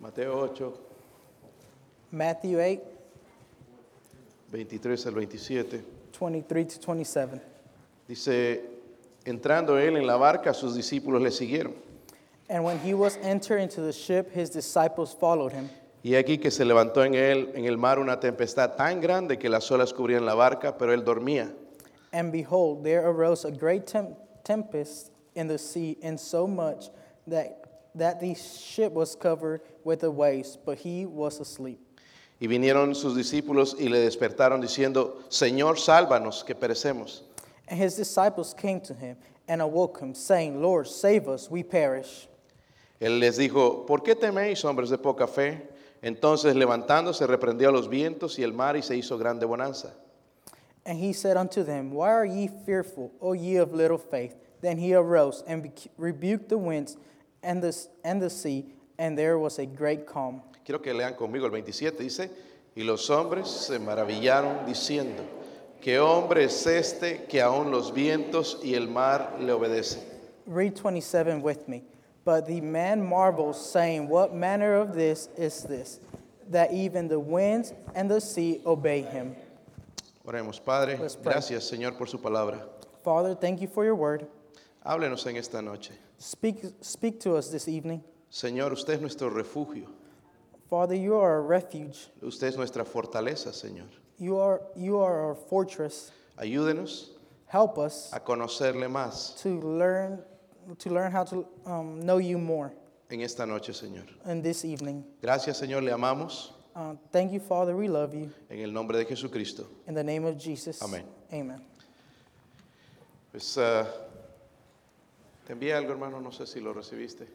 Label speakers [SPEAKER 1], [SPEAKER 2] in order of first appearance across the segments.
[SPEAKER 1] Mateo 8,
[SPEAKER 2] Matthew 8,
[SPEAKER 1] 23 al 27.
[SPEAKER 2] 23 to 27.
[SPEAKER 1] Dice, entrando él en la barca, sus discípulos le siguieron.
[SPEAKER 2] And when he was entered into the ship, his disciples followed him.
[SPEAKER 1] Y he aquí que se levantó en él en el mar una tempestad tan grande que las olas cubrían la barca, pero él dormía.
[SPEAKER 2] And behold, there arose a great tem- tempest in the sea, and so much that, that the ship was covered with the waves, but he was asleep.
[SPEAKER 1] Y vinieron sus discípulos y le despertaron diciendo, Señor, sálvanos, que perecemos.
[SPEAKER 2] And his disciples came to him and awoke him, saying, Lord, save us, we perish.
[SPEAKER 1] Él les dijo, ¿por qué teméis, hombres de poca fe? Entonces levantándose, reprendió a los vientos y el mar y se hizo grande bonanza.
[SPEAKER 2] And he said unto them, Why are ye fearful, O ye of little faith? Then he arose and bec- rebuked the winds and the, s- and the sea, and there was a great calm.
[SPEAKER 1] Quiero que lean conmigo el 27, dice, y los hombres se maravillaron diciendo, ¿qué hombre es este que aún los vientos y el mar le obedecen?
[SPEAKER 2] Read 27 with me. But the man marvels, saying, What manner of this is this, that even the winds and the sea obey him?
[SPEAKER 1] Oremos, Padre,
[SPEAKER 2] Let's pray.
[SPEAKER 1] gracias Señor por su palabra.
[SPEAKER 2] Father, thank you for your word.
[SPEAKER 1] Háblenos en esta noche.
[SPEAKER 2] Speak, speak to us this evening.
[SPEAKER 1] Señor, usted es nuestro refugio,
[SPEAKER 2] Father, you are a refuge.
[SPEAKER 1] usted es nuestra fortaleza, Señor.
[SPEAKER 2] You are, you are our fortress.
[SPEAKER 1] Ayúdenos
[SPEAKER 2] Help us
[SPEAKER 1] a conocerle más
[SPEAKER 2] to learn to learn how to um, know you more
[SPEAKER 1] en esta noche, Señor.
[SPEAKER 2] in this evening.
[SPEAKER 1] Gracias, Señor, le amamos
[SPEAKER 2] Uh, thank you, Father. We love you.
[SPEAKER 1] en el nombre de Jesucristo.
[SPEAKER 2] In the name of Jesus.
[SPEAKER 1] Amén.
[SPEAKER 2] Amen.
[SPEAKER 1] Pues ah, te envié algo, hermano, no sé si lo recibiste.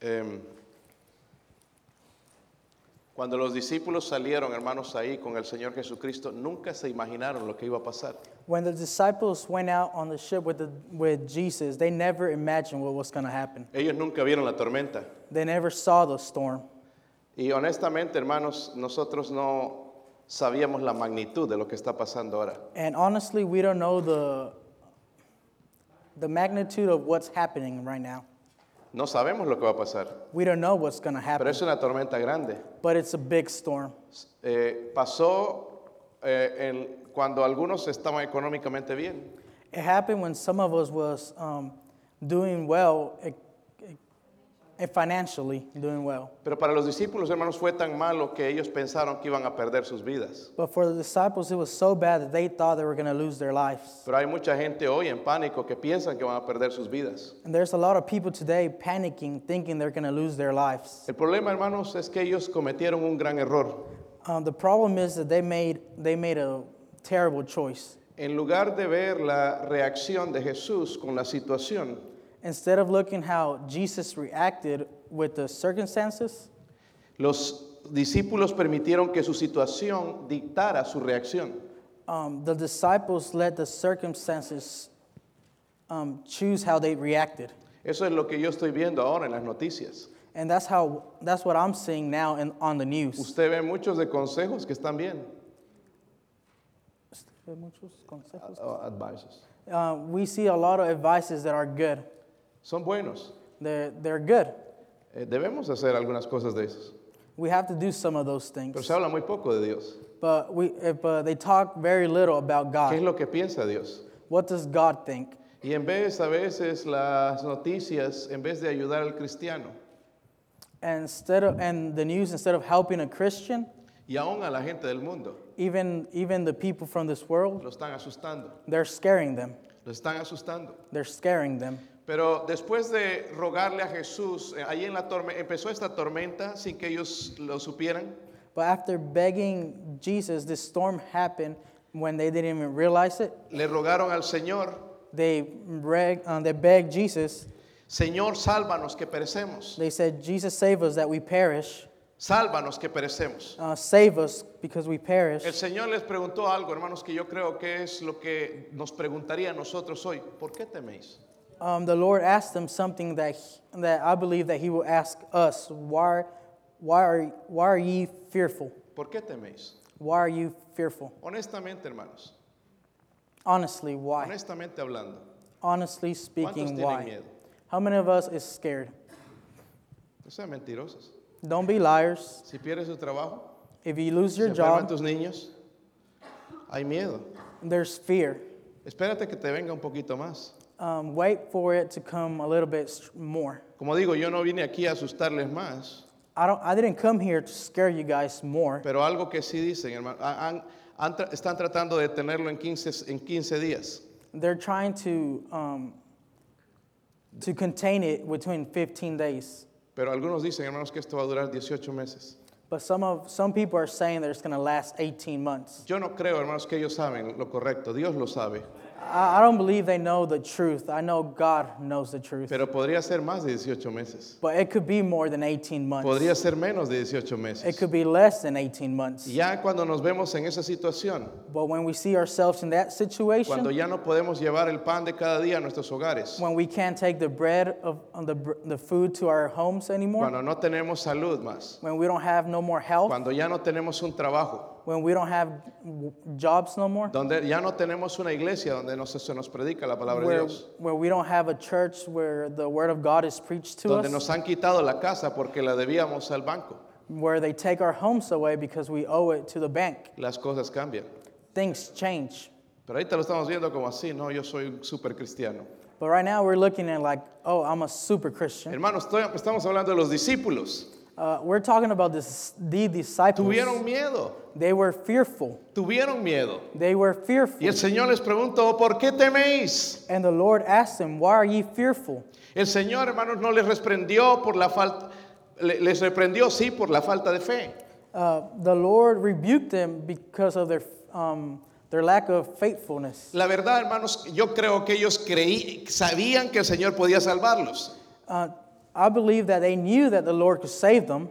[SPEAKER 1] Em, cuando los discípulos salieron, hermanos, ahí con el Señor Jesucristo, nunca se imaginaron lo que iba a pasar.
[SPEAKER 2] When the disciples went out on the ship with, the, with Jesus, they never imagined what was going to happen.
[SPEAKER 1] Ellos nunca vieron la tormenta.
[SPEAKER 2] They never saw the storm.
[SPEAKER 1] Y honestamente, hermanos, nosotros no sabíamos la magnitud de lo que está pasando ahora.
[SPEAKER 2] And honestly, we don't know the, the magnitude of what's happening right now.
[SPEAKER 1] No sabemos lo que va a pasar,
[SPEAKER 2] We don't know what's going to
[SPEAKER 1] pero
[SPEAKER 2] happen,
[SPEAKER 1] es una tormenta grande.
[SPEAKER 2] but it's a big storm.
[SPEAKER 1] Eh, pasó eh, en- cuando algunos estaban económicamente bien.
[SPEAKER 2] It happened when some of us was um, doing well, eh, eh, eh, financially doing well.
[SPEAKER 1] Pero para los discípulos, hermanos, fue tan malo que ellos pensaron que iban a perder sus vidas.
[SPEAKER 2] But for the disciples, it was so bad that they thought they were going to lose their lives.
[SPEAKER 1] Pero hay mucha gente hoy en pánico que piensan que van a perder sus vidas.
[SPEAKER 2] And there's a lot of people today panicking, thinking they're going to lose their lives.
[SPEAKER 1] El problema, hermanos, es que ellos cometieron un gran error.
[SPEAKER 2] Um, the problem is that they made, they made a terrible choice.
[SPEAKER 1] En lugar de ver la reacción de Jesús con la situación,
[SPEAKER 2] Instead of looking how Jesus reacted with the circumstances,
[SPEAKER 1] los discípulos permitieron que su situación dictara su reacción.
[SPEAKER 2] um, the disciples let the circumstances um, choose how they reacted.
[SPEAKER 1] Eso es lo que yo estoy viendo ahora en las noticias.
[SPEAKER 2] And that's how that's what I'm seeing now in, on the news.
[SPEAKER 1] Usted ve muchos de consejos que están bien. Oh, advices.
[SPEAKER 2] Uh, we see a lot of advices that are good.
[SPEAKER 1] Son buenos.
[SPEAKER 2] They're, they're good.
[SPEAKER 1] Eh, debemos hacer algunas cosas de esas.
[SPEAKER 2] We have to do some of those
[SPEAKER 1] Pero
[SPEAKER 2] things.
[SPEAKER 1] se habla muy poco de Dios.
[SPEAKER 2] But we uh, but they talk very little about
[SPEAKER 1] ¿Qué es
[SPEAKER 2] God.
[SPEAKER 1] lo que piensa Dios?
[SPEAKER 2] What does God think?
[SPEAKER 1] Y en vez, a veces, las noticias, en vez de ayudar al cristiano
[SPEAKER 2] And instead of and the news instead of helping a Christian,
[SPEAKER 1] y aún a la gente del mundo,
[SPEAKER 2] even even the people from this world,
[SPEAKER 1] lo están asustando,
[SPEAKER 2] they're scaring them.
[SPEAKER 1] lo están asustando.
[SPEAKER 2] They're scaring them.
[SPEAKER 1] Pero después de rogarle a Jesús, eh, ahí en la tormenta, empezó esta tormenta sin que ellos lo supieran.
[SPEAKER 2] But after begging Jesus, this storm happened when they didn't even realize it.
[SPEAKER 1] Le rogaron al Señor,
[SPEAKER 2] they, reg, uh, they begged Jesus.
[SPEAKER 1] Señor, sálvanos que perecemos,
[SPEAKER 2] They said, Jesus, save us that we perish.
[SPEAKER 1] sálvanos que perecemos.
[SPEAKER 2] Uh, save us because we
[SPEAKER 1] El
[SPEAKER 2] perish.
[SPEAKER 1] Señor les preguntó algo, hermanos, que yo creo que es lo que nos preguntaría a nosotros hoy. ¿Por qué teméis?
[SPEAKER 2] Um, the Lord asked them something that, he- that I believe that He will ask us. Why, why, are, why are ye fearful?
[SPEAKER 1] ¿Por qué teméis?
[SPEAKER 2] Why are you fearful?
[SPEAKER 1] Honestamente, hermanos,
[SPEAKER 2] Honestly, why?
[SPEAKER 1] honestamente hablando,
[SPEAKER 2] Honestly
[SPEAKER 1] ¿cuántos
[SPEAKER 2] speaking,
[SPEAKER 1] tienen
[SPEAKER 2] why?
[SPEAKER 1] miedo?
[SPEAKER 2] How many of us is scared?
[SPEAKER 1] No sean mentirosos.
[SPEAKER 2] Don't be liars.
[SPEAKER 1] Si pierdes tu trabajo,
[SPEAKER 2] If you lose
[SPEAKER 1] si
[SPEAKER 2] your
[SPEAKER 1] enferman
[SPEAKER 2] job,
[SPEAKER 1] tus niños, hay miedo.
[SPEAKER 2] there's fear.
[SPEAKER 1] Espérate que te venga un poquito más.
[SPEAKER 2] Um, wait for it to come a little bit s- more.
[SPEAKER 1] Como digo, yo no vine aquí a asustarles más,
[SPEAKER 2] I don't. I didn't come here to scare you guys more,
[SPEAKER 1] pero algo que sí dicen, hermano, ha- han- han tra- están tratando de tenerlo en 15, en 15 días.
[SPEAKER 2] they're trying to um, to contain it within 15 days.
[SPEAKER 1] Pero algunos dicen, hermanos, que esto va a durar 18 meses.
[SPEAKER 2] But some of some people are saying that it's going to last 18 months.
[SPEAKER 1] Yo no creo, hermanos, que ellos saben lo correcto. Dios lo sabe.
[SPEAKER 2] I, I don't believe they know the truth. I know God knows the truth.
[SPEAKER 1] Pero podría ser más de 18 meses.
[SPEAKER 2] But it could be more than 18 months.
[SPEAKER 1] Podría ser menos de 18
[SPEAKER 2] It
[SPEAKER 1] meses.
[SPEAKER 2] could be less than 18 months.
[SPEAKER 1] Ya cuando nos vemos en esa situación,
[SPEAKER 2] But when we see ourselves in that
[SPEAKER 1] cuando
[SPEAKER 2] situation,
[SPEAKER 1] ya no podemos llevar el pan de cada día a nuestros hogares,
[SPEAKER 2] when we can't take the bread of on the, br- the food to our homes anymore,
[SPEAKER 1] cuando no tenemos salud más,
[SPEAKER 2] when we don't have no more health,
[SPEAKER 1] cuando ya no tenemos un trabajo,
[SPEAKER 2] when we don't have w- jobs no more,
[SPEAKER 1] donde ya no tenemos una iglesia donde nos, se nos predica la palabra de
[SPEAKER 2] where,
[SPEAKER 1] Dios,
[SPEAKER 2] where we don't have a church where the word of God is preached to
[SPEAKER 1] donde
[SPEAKER 2] us,
[SPEAKER 1] nos han quitado la casa porque la debíamos al banco,
[SPEAKER 2] where they take our homes away because we owe it to the bank.
[SPEAKER 1] las cosas cambian.
[SPEAKER 2] Things change.
[SPEAKER 1] Pero ahorita lo estamos viendo como así, no, yo soy un super cristiano.
[SPEAKER 2] But right now we're looking at like, oh, I'm a super Christian.
[SPEAKER 1] Hermanos, estoy- estamos hablando de los discípulos.
[SPEAKER 2] Uh, we're talking about this, the disciples.
[SPEAKER 1] Tuvieron miedo,
[SPEAKER 2] They were fearful.
[SPEAKER 1] tuvieron miedo.
[SPEAKER 2] They were
[SPEAKER 1] Y
[SPEAKER 2] fearful.
[SPEAKER 1] el Señor les preguntó, ¿por qué teméis?
[SPEAKER 2] And the Lord asked them, Why are ye fearful?
[SPEAKER 1] El Señor, hermanos, no les reprendió por la falta, le- les reprendió sí por la falta de fe.
[SPEAKER 2] Uh, the Lord rebuked them because of their, um, their lack of faithfulness.
[SPEAKER 1] La verdad, hermanos, yo creo que ellos creí, sabían que el Señor podía salvarlos,
[SPEAKER 2] Uh, I believe that they knew that the Lord could save them,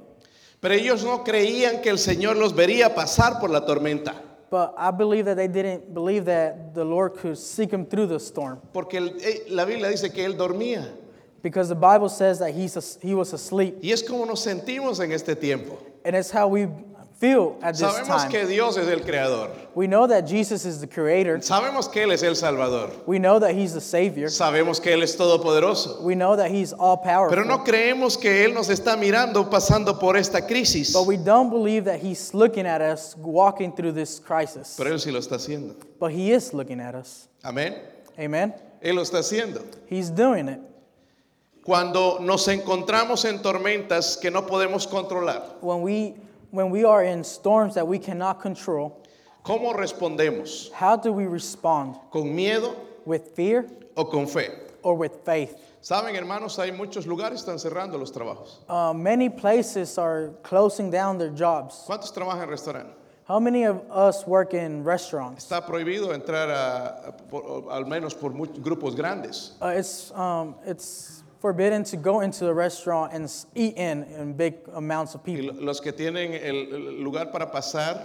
[SPEAKER 1] pero ellos no creían que el Señor los vería pasar por la tormenta,
[SPEAKER 2] but I believe that they didn't believe that the Lord could seek them through the storm
[SPEAKER 1] porque el- eh, la Biblia dice que Él dormía.
[SPEAKER 2] because the Bible says that he's as- he was asleep.
[SPEAKER 1] Y es como nos sentimos en este tiempo.
[SPEAKER 2] And it's how we feel at this
[SPEAKER 1] Sabemos
[SPEAKER 2] time.
[SPEAKER 1] que Dios es el creador.
[SPEAKER 2] We know that Jesus is the creator,
[SPEAKER 1] Sabemos que Él es el salvador.
[SPEAKER 2] we know that he's the savior,
[SPEAKER 1] Sabemos que Él es todopoderoso.
[SPEAKER 2] we know that he's all powerful.
[SPEAKER 1] Pero no creemos que Él nos está mirando pasando por esta crisis.
[SPEAKER 2] But we don't believe that he's looking at us walking through this crisis.
[SPEAKER 1] Pero Él sí lo está haciendo.
[SPEAKER 2] But he is looking at us.
[SPEAKER 1] Amén.
[SPEAKER 2] Amen.
[SPEAKER 1] Él lo está haciendo.
[SPEAKER 2] He's doing it.
[SPEAKER 1] Cuando nos encontramos en tormentas que no podemos controlar,
[SPEAKER 2] When we when we are in storms that we cannot control,
[SPEAKER 1] ¿cómo respondemos?
[SPEAKER 2] how do we respond?
[SPEAKER 1] ¿Con miedo
[SPEAKER 2] With fear
[SPEAKER 1] o con fe?
[SPEAKER 2] or with faith?
[SPEAKER 1] Saben, hermanos, hay muchos lugares que están cerrando los trabajos.
[SPEAKER 2] Uh, many places are closing down their jobs.
[SPEAKER 1] ¿Cuántos trabajan en restaurante?
[SPEAKER 2] How many of us work in restaurants?
[SPEAKER 1] Está prohibido entrar a- a- por- o al menos por muchos grupos grandes.
[SPEAKER 2] Uh, it's um, it's forbidden to go into a restaurant and s- eat in in big amounts of
[SPEAKER 1] Y
[SPEAKER 2] people.
[SPEAKER 1] lo- los que tienen el el lugar para pasar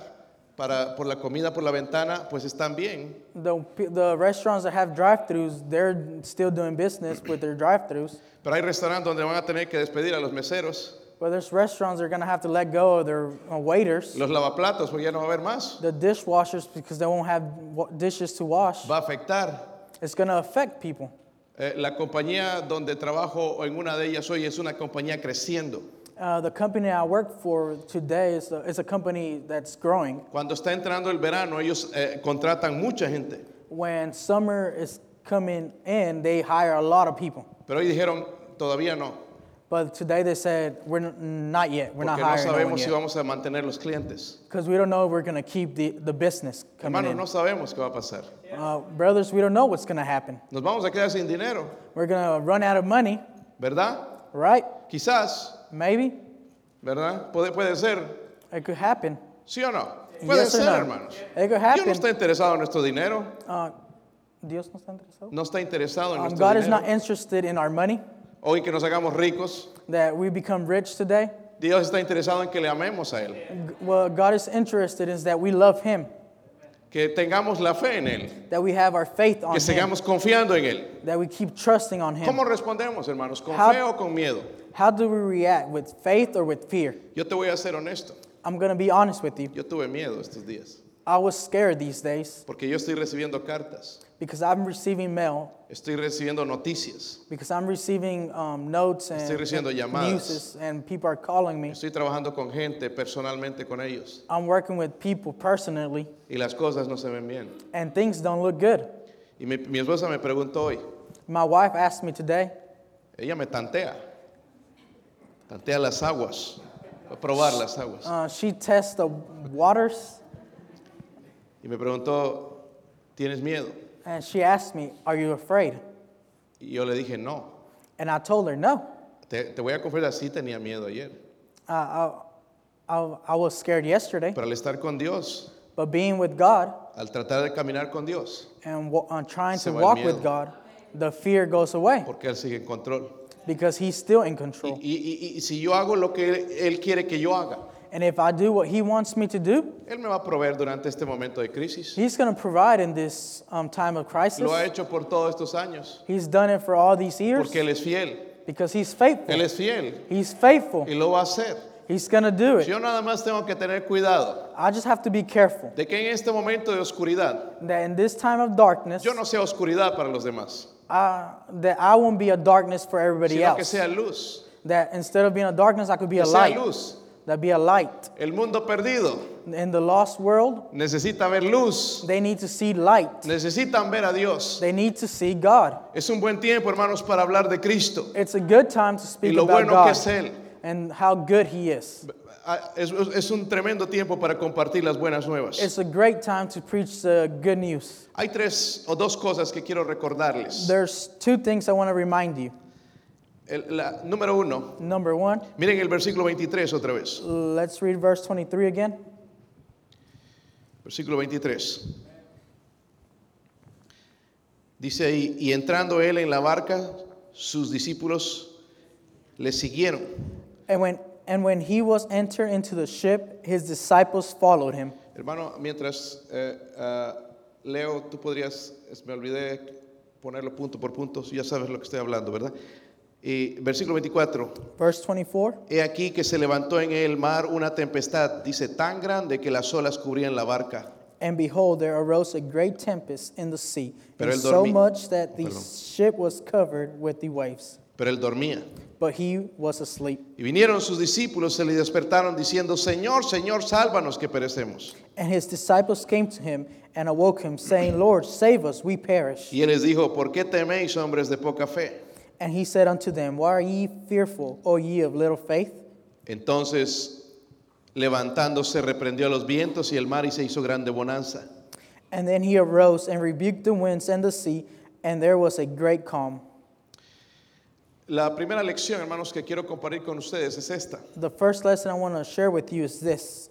[SPEAKER 1] para, por la comida por la ventana, pues están bien.
[SPEAKER 2] The, p- the restaurants that have drive-throughs, they're still doing business with their drive-throughs.
[SPEAKER 1] Pero hay restaurantes donde van a tener que despedir a los meseros,
[SPEAKER 2] But there's restaurants that are gonna have to let go of their uh, waiters,
[SPEAKER 1] los lavaplatos, porque ya no va a haber más.
[SPEAKER 2] the dishwashers, because they won't have wa- dishes to wash.
[SPEAKER 1] va a afectar.
[SPEAKER 2] It's gonna affect people.
[SPEAKER 1] Eh, la compañía donde trabajo en una de ellas hoy es una compañía creciendo.
[SPEAKER 2] Uh, the company I work for today is a, is a company that's growing.
[SPEAKER 1] Cuando está entrando el verano, ellos eh, contratan mucha gente.
[SPEAKER 2] When summer is coming in, they hire a lot of people.
[SPEAKER 1] Pero hoy dijeron, todavía no,
[SPEAKER 2] But today they said, we're n- not yet, we're not
[SPEAKER 1] porque no
[SPEAKER 2] hiring no
[SPEAKER 1] sabemos
[SPEAKER 2] one
[SPEAKER 1] si
[SPEAKER 2] yet.
[SPEAKER 1] vamos a mantener los clientes.
[SPEAKER 2] Because we don't know if we're gonna keep the, the business coming
[SPEAKER 1] Hermanos,
[SPEAKER 2] in.
[SPEAKER 1] no sabemos qué va a pasar.
[SPEAKER 2] Uh, brothers, we don't know what's gonna happen.
[SPEAKER 1] Nos vamos a quedar sin dinero,
[SPEAKER 2] We're gonna run out of money,
[SPEAKER 1] ¿verdad?
[SPEAKER 2] right?
[SPEAKER 1] Quizás,
[SPEAKER 2] Maybe.
[SPEAKER 1] ¿verdad? Puede, puede ser,
[SPEAKER 2] It could happen.
[SPEAKER 1] ¿sí o no? Puede
[SPEAKER 2] yes or
[SPEAKER 1] ser,
[SPEAKER 2] no.
[SPEAKER 1] hermanos.
[SPEAKER 2] It could
[SPEAKER 1] Dios no
[SPEAKER 2] happen.
[SPEAKER 1] está interesado en nuestro dinero,
[SPEAKER 2] Uh, Dios no está interesado.
[SPEAKER 1] no está interesado en
[SPEAKER 2] Um,
[SPEAKER 1] nuestro
[SPEAKER 2] God is not
[SPEAKER 1] dinero.
[SPEAKER 2] interested in our money,
[SPEAKER 1] Hoy que nos hagamos ricos,
[SPEAKER 2] that we become rich today.
[SPEAKER 1] Dios está interesado en que le amemos a Él.
[SPEAKER 2] G- What God is interested is that we love Him,
[SPEAKER 1] que tengamos la fe en Él,
[SPEAKER 2] that we have our faith on
[SPEAKER 1] que
[SPEAKER 2] Him,
[SPEAKER 1] sigamos confiando en Él.
[SPEAKER 2] that we keep trusting on Him.
[SPEAKER 1] ¿Cómo respondemos, hermanos? ¿Con
[SPEAKER 2] How-
[SPEAKER 1] fe o con miedo?
[SPEAKER 2] How do we react? With faith or with fear?
[SPEAKER 1] Yo te voy a ser honesto,
[SPEAKER 2] I'm going to be honest with you.
[SPEAKER 1] yo tuve miedo estos días.
[SPEAKER 2] I was scared these days
[SPEAKER 1] porque yo estoy recibiendo cartas,
[SPEAKER 2] because I'm receiving mail,
[SPEAKER 1] estoy recibiendo noticias,
[SPEAKER 2] because I'm receiving um, notes and,
[SPEAKER 1] Estoy recibiendo
[SPEAKER 2] and
[SPEAKER 1] llamadas.
[SPEAKER 2] newses, and people are calling me.
[SPEAKER 1] estoy trabajando con gente personalmente con ellos
[SPEAKER 2] I'm working with people personally,
[SPEAKER 1] y las cosas no se ven bien.
[SPEAKER 2] and things don't look good.
[SPEAKER 1] Y mi, mi esposa me preguntó hoy,
[SPEAKER 2] My wife asked me today.
[SPEAKER 1] ella me tantea, tantea las aguas, va a probar las aguas.
[SPEAKER 2] Uh, she tests the waters,
[SPEAKER 1] Y me preguntó, ¿tienes miedo?
[SPEAKER 2] and she asked me, "Are you afraid?"
[SPEAKER 1] Y yo le dije, no,
[SPEAKER 2] And I told her, "No,
[SPEAKER 1] te, te voy a confesar, sí tenía miedo ayer,
[SPEAKER 2] I, I, I, I was scared yesterday,
[SPEAKER 1] pero al estar con Dios,
[SPEAKER 2] but being with God
[SPEAKER 1] al tratar de caminar con Dios,
[SPEAKER 2] and wa- uh, trying
[SPEAKER 1] Se
[SPEAKER 2] to
[SPEAKER 1] va el
[SPEAKER 2] walk
[SPEAKER 1] miedo.
[SPEAKER 2] with God, the fear goes away
[SPEAKER 1] porque Él sigue en control.
[SPEAKER 2] because He's still in
[SPEAKER 1] Y,
[SPEAKER 2] control.
[SPEAKER 1] y- y- y si yo hago lo que él, Él quiere que yo haga,
[SPEAKER 2] And if I do what He wants me to do,
[SPEAKER 1] Él me va a proveer durante este momento de crisis.
[SPEAKER 2] He's going to provide in this um, time of crisis.
[SPEAKER 1] Lo ha hecho por todos estos años,
[SPEAKER 2] He's done it for all these years
[SPEAKER 1] porque Él es fiel,
[SPEAKER 2] because He's faithful.
[SPEAKER 1] Él es fiel
[SPEAKER 2] He's faithful.
[SPEAKER 1] y lo va a hacer.
[SPEAKER 2] He's going to do it.
[SPEAKER 1] Yo nada más tengo que tener cuidado
[SPEAKER 2] I just have to be careful
[SPEAKER 1] de que en este momento de oscuridad,
[SPEAKER 2] that in this time of darkness,
[SPEAKER 1] yo no sea oscuridad para los demás,
[SPEAKER 2] I, that I won't be a darkness for everybody
[SPEAKER 1] sino que
[SPEAKER 2] else.
[SPEAKER 1] sea luz,
[SPEAKER 2] That instead of being a darkness, I could be
[SPEAKER 1] que
[SPEAKER 2] a
[SPEAKER 1] sea
[SPEAKER 2] light.
[SPEAKER 1] luz.
[SPEAKER 2] That be a light.
[SPEAKER 1] El mundo perdido
[SPEAKER 2] In the lost world,
[SPEAKER 1] necesita ver luz,
[SPEAKER 2] they need to see light.
[SPEAKER 1] necesitan ver a Dios.
[SPEAKER 2] They need to see God.
[SPEAKER 1] Es un buen tiempo, hermanos, para hablar de Cristo
[SPEAKER 2] It's a good time to
[SPEAKER 1] y
[SPEAKER 2] speak
[SPEAKER 1] lo
[SPEAKER 2] about
[SPEAKER 1] bueno que
[SPEAKER 2] God
[SPEAKER 1] es Él.
[SPEAKER 2] and how good He is.
[SPEAKER 1] Ah, Es, es- es un tremendo tiempo para compartir las buenas nuevas.
[SPEAKER 2] It's a great time to preach the good news.
[SPEAKER 1] Hay tres o dos cosas que quiero recordarles.
[SPEAKER 2] There's two things I want to remind you.
[SPEAKER 1] El- la- número uno,
[SPEAKER 2] Number one,
[SPEAKER 1] miren el versículo 23 otra vez.
[SPEAKER 2] let's read verse 23 again.
[SPEAKER 1] Versículo 23. Dice ahí, y entrando él en la barca, sus discípulos le siguieron.
[SPEAKER 2] And when and when he was entered into the ship, his disciples followed him.
[SPEAKER 1] Hermano, mientras eh, ah, leo, tú podrías, es- me olvidé ponerlo punto por punto, ya sabes lo que estoy hablando, ¿verdad? Y versículo 24.
[SPEAKER 2] Verse 24.
[SPEAKER 1] He aquí que se levantó en el mar una tempestad, dice, tan grande que las olas cubrían la barca.
[SPEAKER 2] And behold, there arose a great tempest in the sea,
[SPEAKER 1] Pero
[SPEAKER 2] and
[SPEAKER 1] él
[SPEAKER 2] so
[SPEAKER 1] dormi-
[SPEAKER 2] much that the
[SPEAKER 1] Perdón.
[SPEAKER 2] ship was covered with the waves.
[SPEAKER 1] Pero él dormía.
[SPEAKER 2] But he was asleep.
[SPEAKER 1] Y vinieron sus discípulos, se le despertaron diciendo, Señor, Señor, sálvanos que perecemos.
[SPEAKER 2] And his disciples came to him and awoke him, saying, Lord, save us, we perish.
[SPEAKER 1] Y él les dijo, ¿por qué teméis, hombres de poca fe?
[SPEAKER 2] And he said unto them, Why are ye fearful, O ye of little faith?
[SPEAKER 1] Entonces, levantándose, reprendió a los vientos y el mar y se hizo grande bonanza.
[SPEAKER 2] And then he arose and rebuked the winds and the sea, and there was a great calm.
[SPEAKER 1] La primera lección, hermanos, que quiero compartir con ustedes es esta,
[SPEAKER 2] The first lesson I want to share with you is this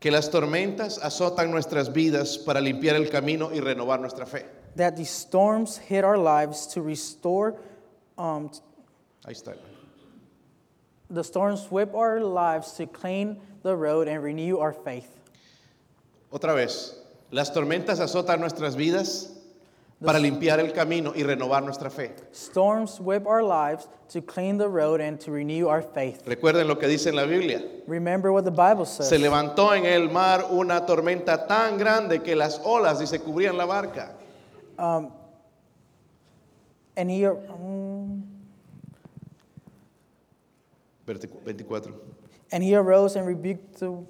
[SPEAKER 1] que las tormentas azotan nuestras vidas para limpiar el camino y renovar nuestra fe.
[SPEAKER 2] that the storms hit our lives to restore, um,
[SPEAKER 1] Ahí está. hermano.
[SPEAKER 2] the storms whip our lives to clean the road and renew our faith.
[SPEAKER 1] Otra vez, las tormentas azotan nuestras vidas para limpiar el camino y renovar nuestra fe.
[SPEAKER 2] Storms whip our lives to clean the road and to renew our faith.
[SPEAKER 1] Recuerden lo que dice en la Biblia.
[SPEAKER 2] Remember what the Bible says.
[SPEAKER 1] Se levantó en el mar una tormenta tan grande que las olas y se cubrían la barca.
[SPEAKER 2] And he, um,
[SPEAKER 1] Verticu- 24.
[SPEAKER 2] and he arose and rebuked the,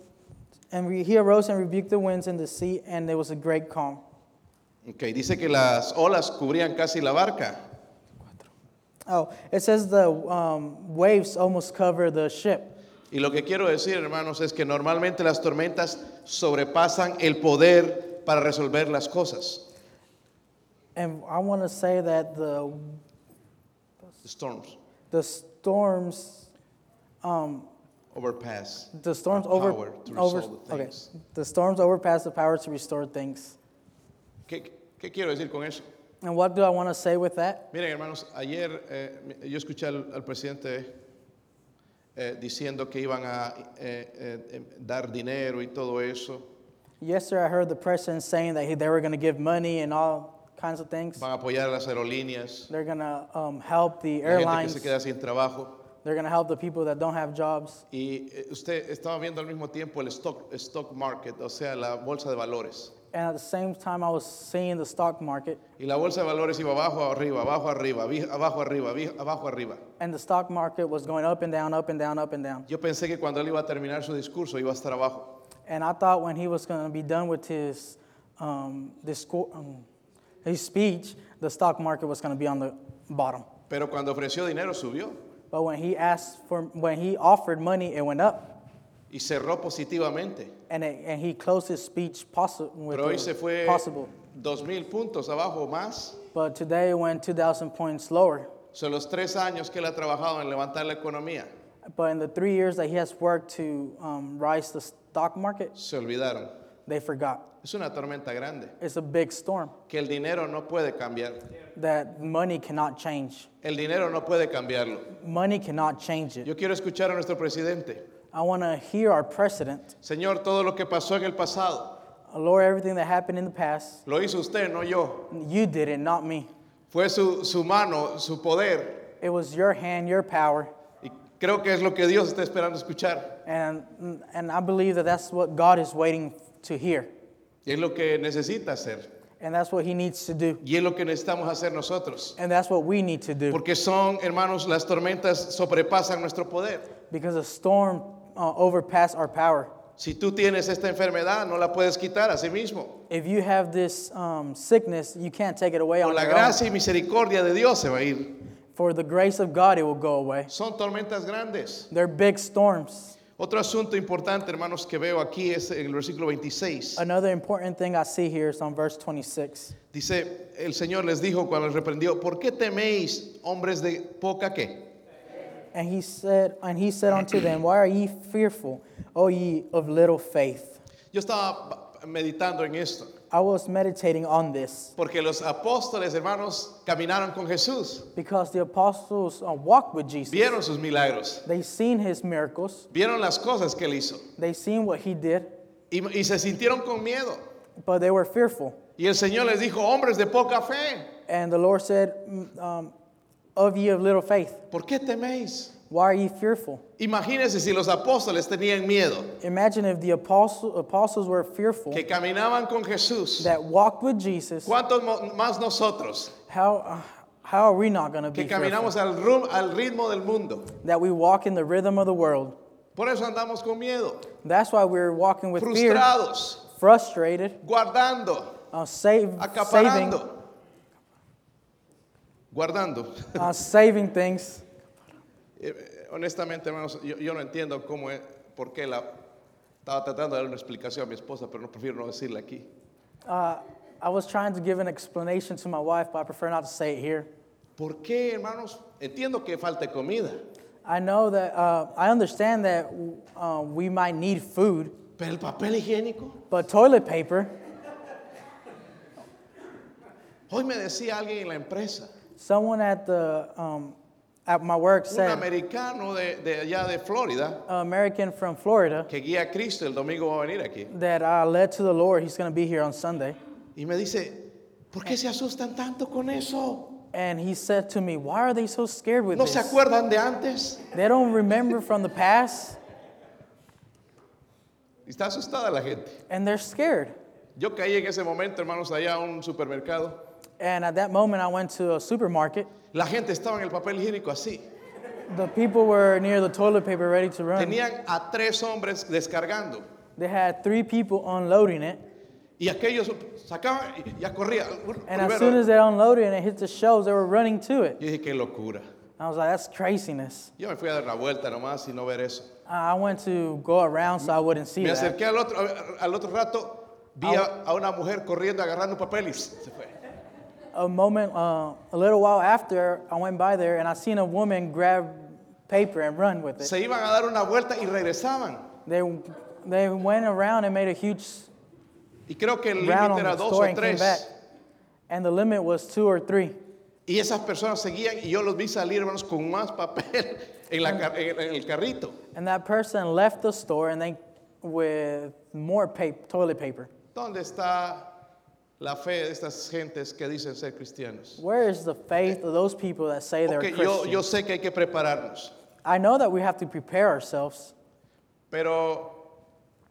[SPEAKER 2] and re- he arose and rebuked the winds and the sea, and there was a great calm.
[SPEAKER 1] Ok, dice que las olas cubrían casi la barca.
[SPEAKER 2] Oh, it says the um, waves almost cover the ship.
[SPEAKER 1] Y lo que quiero decir, hermanos, es que normalmente las tormentas sobrepasan el poder para resolver las cosas.
[SPEAKER 2] And I want to say that the
[SPEAKER 1] Storms
[SPEAKER 2] the storms
[SPEAKER 1] overpass.
[SPEAKER 2] the storms
[SPEAKER 1] The
[SPEAKER 2] over,
[SPEAKER 1] power to
[SPEAKER 2] over
[SPEAKER 1] resolve the
[SPEAKER 2] okay
[SPEAKER 1] things.
[SPEAKER 2] the storms overpass the power to restore things.
[SPEAKER 1] ¿Qué, qué quiero decir con eso?
[SPEAKER 2] And what do I want to say with that?
[SPEAKER 1] Miren, hermanos, ayer eh, yo escuché al, al presidente eh, diciendo que iban a eh, eh, em, dar dinero y todo eso,
[SPEAKER 2] Yesterday I heard the president saying that he, they were going to give money and all kinds of things.
[SPEAKER 1] van a apoyar a las aerolíneas,
[SPEAKER 2] They're going to um, help the
[SPEAKER 1] la gente que se
[SPEAKER 2] airlines,
[SPEAKER 1] queda sin trabajo.
[SPEAKER 2] They're going to help the people that don't have jobs.
[SPEAKER 1] Y eh, usted estaba viendo al mismo tiempo el stock, stock market, o sea, la bolsa de valores.
[SPEAKER 2] And at the same time, I was seeing the stock market,
[SPEAKER 1] Y la bolsa de valores iba abajo, arriba, abajo, arriba, vi- abajo, arriba, vi- abajo, arriba.
[SPEAKER 2] and the stock market was going up and down, up and down, up and down.
[SPEAKER 1] Yo pensé que cuando él iba a terminar su discurso iba a estar abajo.
[SPEAKER 2] And I thought when he was going to be done with his, um, discour- um, his speech, the stock market was going to be on the bottom.
[SPEAKER 1] Pero cuando ofreció dinero subió
[SPEAKER 2] But when he asked for, when he offered money, it went up,
[SPEAKER 1] y cerró positivamente.
[SPEAKER 2] and it, and he closed his speech possi- with
[SPEAKER 1] Pero hoy
[SPEAKER 2] the
[SPEAKER 1] se fue
[SPEAKER 2] possible.
[SPEAKER 1] 2.000 puntos abajo más.
[SPEAKER 2] But today it went 2,000 points lower.
[SPEAKER 1] Son los tres años que él ha trabajado en levantar la economía.
[SPEAKER 2] But in the three years that he has worked to um, rise the stock market,
[SPEAKER 1] Se olvidaron.
[SPEAKER 2] they forgot.
[SPEAKER 1] Es una tormenta grande.
[SPEAKER 2] It's a big storm
[SPEAKER 1] Que el dinero no puede cambiar.
[SPEAKER 2] that money cannot change.
[SPEAKER 1] El dinero no puede cambiarlo.
[SPEAKER 2] Money cannot change it.
[SPEAKER 1] Yo quiero escuchar a nuestro presidente.
[SPEAKER 2] I want to hear our president.
[SPEAKER 1] Señor, todo lo que pasó en el pasado
[SPEAKER 2] Lord, everything that happened in the past,
[SPEAKER 1] lo hizo usted, no yo.
[SPEAKER 2] you did it, not me.
[SPEAKER 1] Fue su, su mano, su poder.
[SPEAKER 2] It was your hand, your power.
[SPEAKER 1] Y creo que es lo que Dios está esperando escuchar.
[SPEAKER 2] And, and I believe that that's what God is waiting to hear.
[SPEAKER 1] Y es lo que necesita hacer.
[SPEAKER 2] And that's what he needs to do.
[SPEAKER 1] Y es lo que necesitamos hacer nosotros.
[SPEAKER 2] And that's what we need to do.
[SPEAKER 1] Porque son, hermanos, las tormentas sobrepasan nuestro poder.
[SPEAKER 2] Because a storm uh, overpassed our power.
[SPEAKER 1] Si tú tienes esta enfermedad, no la puedes quitar a sí mismo.
[SPEAKER 2] If you have this um, sickness, you can't take it away
[SPEAKER 1] Con
[SPEAKER 2] on
[SPEAKER 1] la
[SPEAKER 2] your own.
[SPEAKER 1] gracia y misericordia de Dios se va a ir.
[SPEAKER 2] For the grace of God, it will go away.
[SPEAKER 1] Son tormentas grandes.
[SPEAKER 2] They're big storms.
[SPEAKER 1] Otro asunto importante, hermanos, que veo aquí es el versículo 26.
[SPEAKER 2] Another important thing I see here is on verse 26.
[SPEAKER 1] Dice, el Señor les dijo cuando les reprendió, ¿por qué teméis hombres de poca qué?
[SPEAKER 2] And he said, and he said unto them, Why are ye fearful, O ye of little faith?
[SPEAKER 1] Yo estaba meditando en esto,
[SPEAKER 2] I was meditating on this
[SPEAKER 1] porque los apóstoles, hermanos, caminaron con Jesús,
[SPEAKER 2] because the apostles uh, walked with Jesus.
[SPEAKER 1] vieron sus milagros,
[SPEAKER 2] They seen his miracles.
[SPEAKER 1] vieron las cosas que él hizo
[SPEAKER 2] They seen what he did,
[SPEAKER 1] y, y se sintieron con miedo.
[SPEAKER 2] but they were fearful.
[SPEAKER 1] Y el Señor les dijo, hombres de poca fe,
[SPEAKER 2] And the Lord said, mm, um, Of ye of little faith,
[SPEAKER 1] ¿por qué teméis?
[SPEAKER 2] why are ye fearful?
[SPEAKER 1] Imagínense si los apóstoles tenían miedo,
[SPEAKER 2] Imagine if the apostle, apostles were fearful
[SPEAKER 1] que caminaban con Jesús.
[SPEAKER 2] that walked with Jesus.
[SPEAKER 1] ¿Cuántos mo- más nosotros
[SPEAKER 2] How, uh, how are we not going to be
[SPEAKER 1] que
[SPEAKER 2] fearful?
[SPEAKER 1] caminamos al rum- al ritmo del mundo?
[SPEAKER 2] that we walk in the rhythm of the world?
[SPEAKER 1] Por eso andamos con miedo.
[SPEAKER 2] That's why we're walking with fear,
[SPEAKER 1] frustrados,
[SPEAKER 2] frustrated,
[SPEAKER 1] guardando,
[SPEAKER 2] uh, save, saving,
[SPEAKER 1] acaparando, guardando.
[SPEAKER 2] uh, saving things.
[SPEAKER 1] Eh, Honestamente, hermanos, yo, yo no entiendo cómo es, por qué la... Estaba tratando de dar una explicación a mi esposa, pero no prefiero no decirla aquí.
[SPEAKER 2] Uh, I was trying to give an explanation to my wife, but I prefer not to say it here.
[SPEAKER 1] ¿Por qué, hermanos? Entiendo que falta comida,
[SPEAKER 2] I know that uh, I understand that uh, we might need food,
[SPEAKER 1] pero el papel higiénico.
[SPEAKER 2] but toilet paper.
[SPEAKER 1] Hoy me decía alguien en la empresa,
[SPEAKER 2] Someone at the um, at my work
[SPEAKER 1] un
[SPEAKER 2] said,
[SPEAKER 1] americano de, de allá de Florida,
[SPEAKER 2] an American from Florida
[SPEAKER 1] que guía a Cristo, el domingo va a venir aquí,
[SPEAKER 2] that I led to the Lord. He's going to be here on Sunday.
[SPEAKER 1] y me dice, ¿por qué se asustan tanto con eso?
[SPEAKER 2] And he said to me, Why are they so scared with
[SPEAKER 1] ¿No
[SPEAKER 2] this?
[SPEAKER 1] se acuerdan de antes?
[SPEAKER 2] They don't remember from the past
[SPEAKER 1] Y Está asustada la gente.
[SPEAKER 2] and they're scared.
[SPEAKER 1] Yo caí en ese momento, hermanos, allá a un supermercado.
[SPEAKER 2] And at that moment, I went to a supermarket.
[SPEAKER 1] La gente estaba en el papel higiénico así.
[SPEAKER 2] The people were near the toilet paper ready to run.
[SPEAKER 1] Tenían a tres hombres descargando.
[SPEAKER 2] They had three people unloading it.
[SPEAKER 1] Y aquellos sacaban y ya corría.
[SPEAKER 2] And as soon as they unloaded it and it hit the shelves, they were running to it.
[SPEAKER 1] Yo dije, qué locura.
[SPEAKER 2] I was like, that's craziness.
[SPEAKER 1] Yo me fui a dar una vuelta nomás y no ver eso.
[SPEAKER 2] I I went to go around so I wouldn't see
[SPEAKER 1] Me
[SPEAKER 2] that.
[SPEAKER 1] acerqué al otro, al otro rato, vi
[SPEAKER 2] Ah.
[SPEAKER 1] a, a una mujer corriendo, agarrando papel y se fue.
[SPEAKER 2] A moment, uh, a little while after, I went by there and I seen a woman grab paper and run with it.
[SPEAKER 1] Se iban a dar una vuelta y regresaban.
[SPEAKER 2] They, they went around and made a huge
[SPEAKER 1] Y creo que el límite
[SPEAKER 2] round on
[SPEAKER 1] era
[SPEAKER 2] the
[SPEAKER 1] dos
[SPEAKER 2] store
[SPEAKER 1] o
[SPEAKER 2] and came back.
[SPEAKER 1] tres.
[SPEAKER 2] And the limit was two or three.
[SPEAKER 1] Y esas personas seguían y yo los vi salir, hermanos, con más papel en,
[SPEAKER 2] Ah.
[SPEAKER 1] la car- en en el carrito.
[SPEAKER 2] And that person left the store and they with more pap- toilet paper.
[SPEAKER 1] ¿Dónde está la fe de estas gentes que dicen ser cristianos?
[SPEAKER 2] Where is the faith of those people that say they're
[SPEAKER 1] Ok, yo,
[SPEAKER 2] Christian?
[SPEAKER 1] yo sé que hay que prepararnos,
[SPEAKER 2] I know that we have to prepare ourselves,
[SPEAKER 1] Pero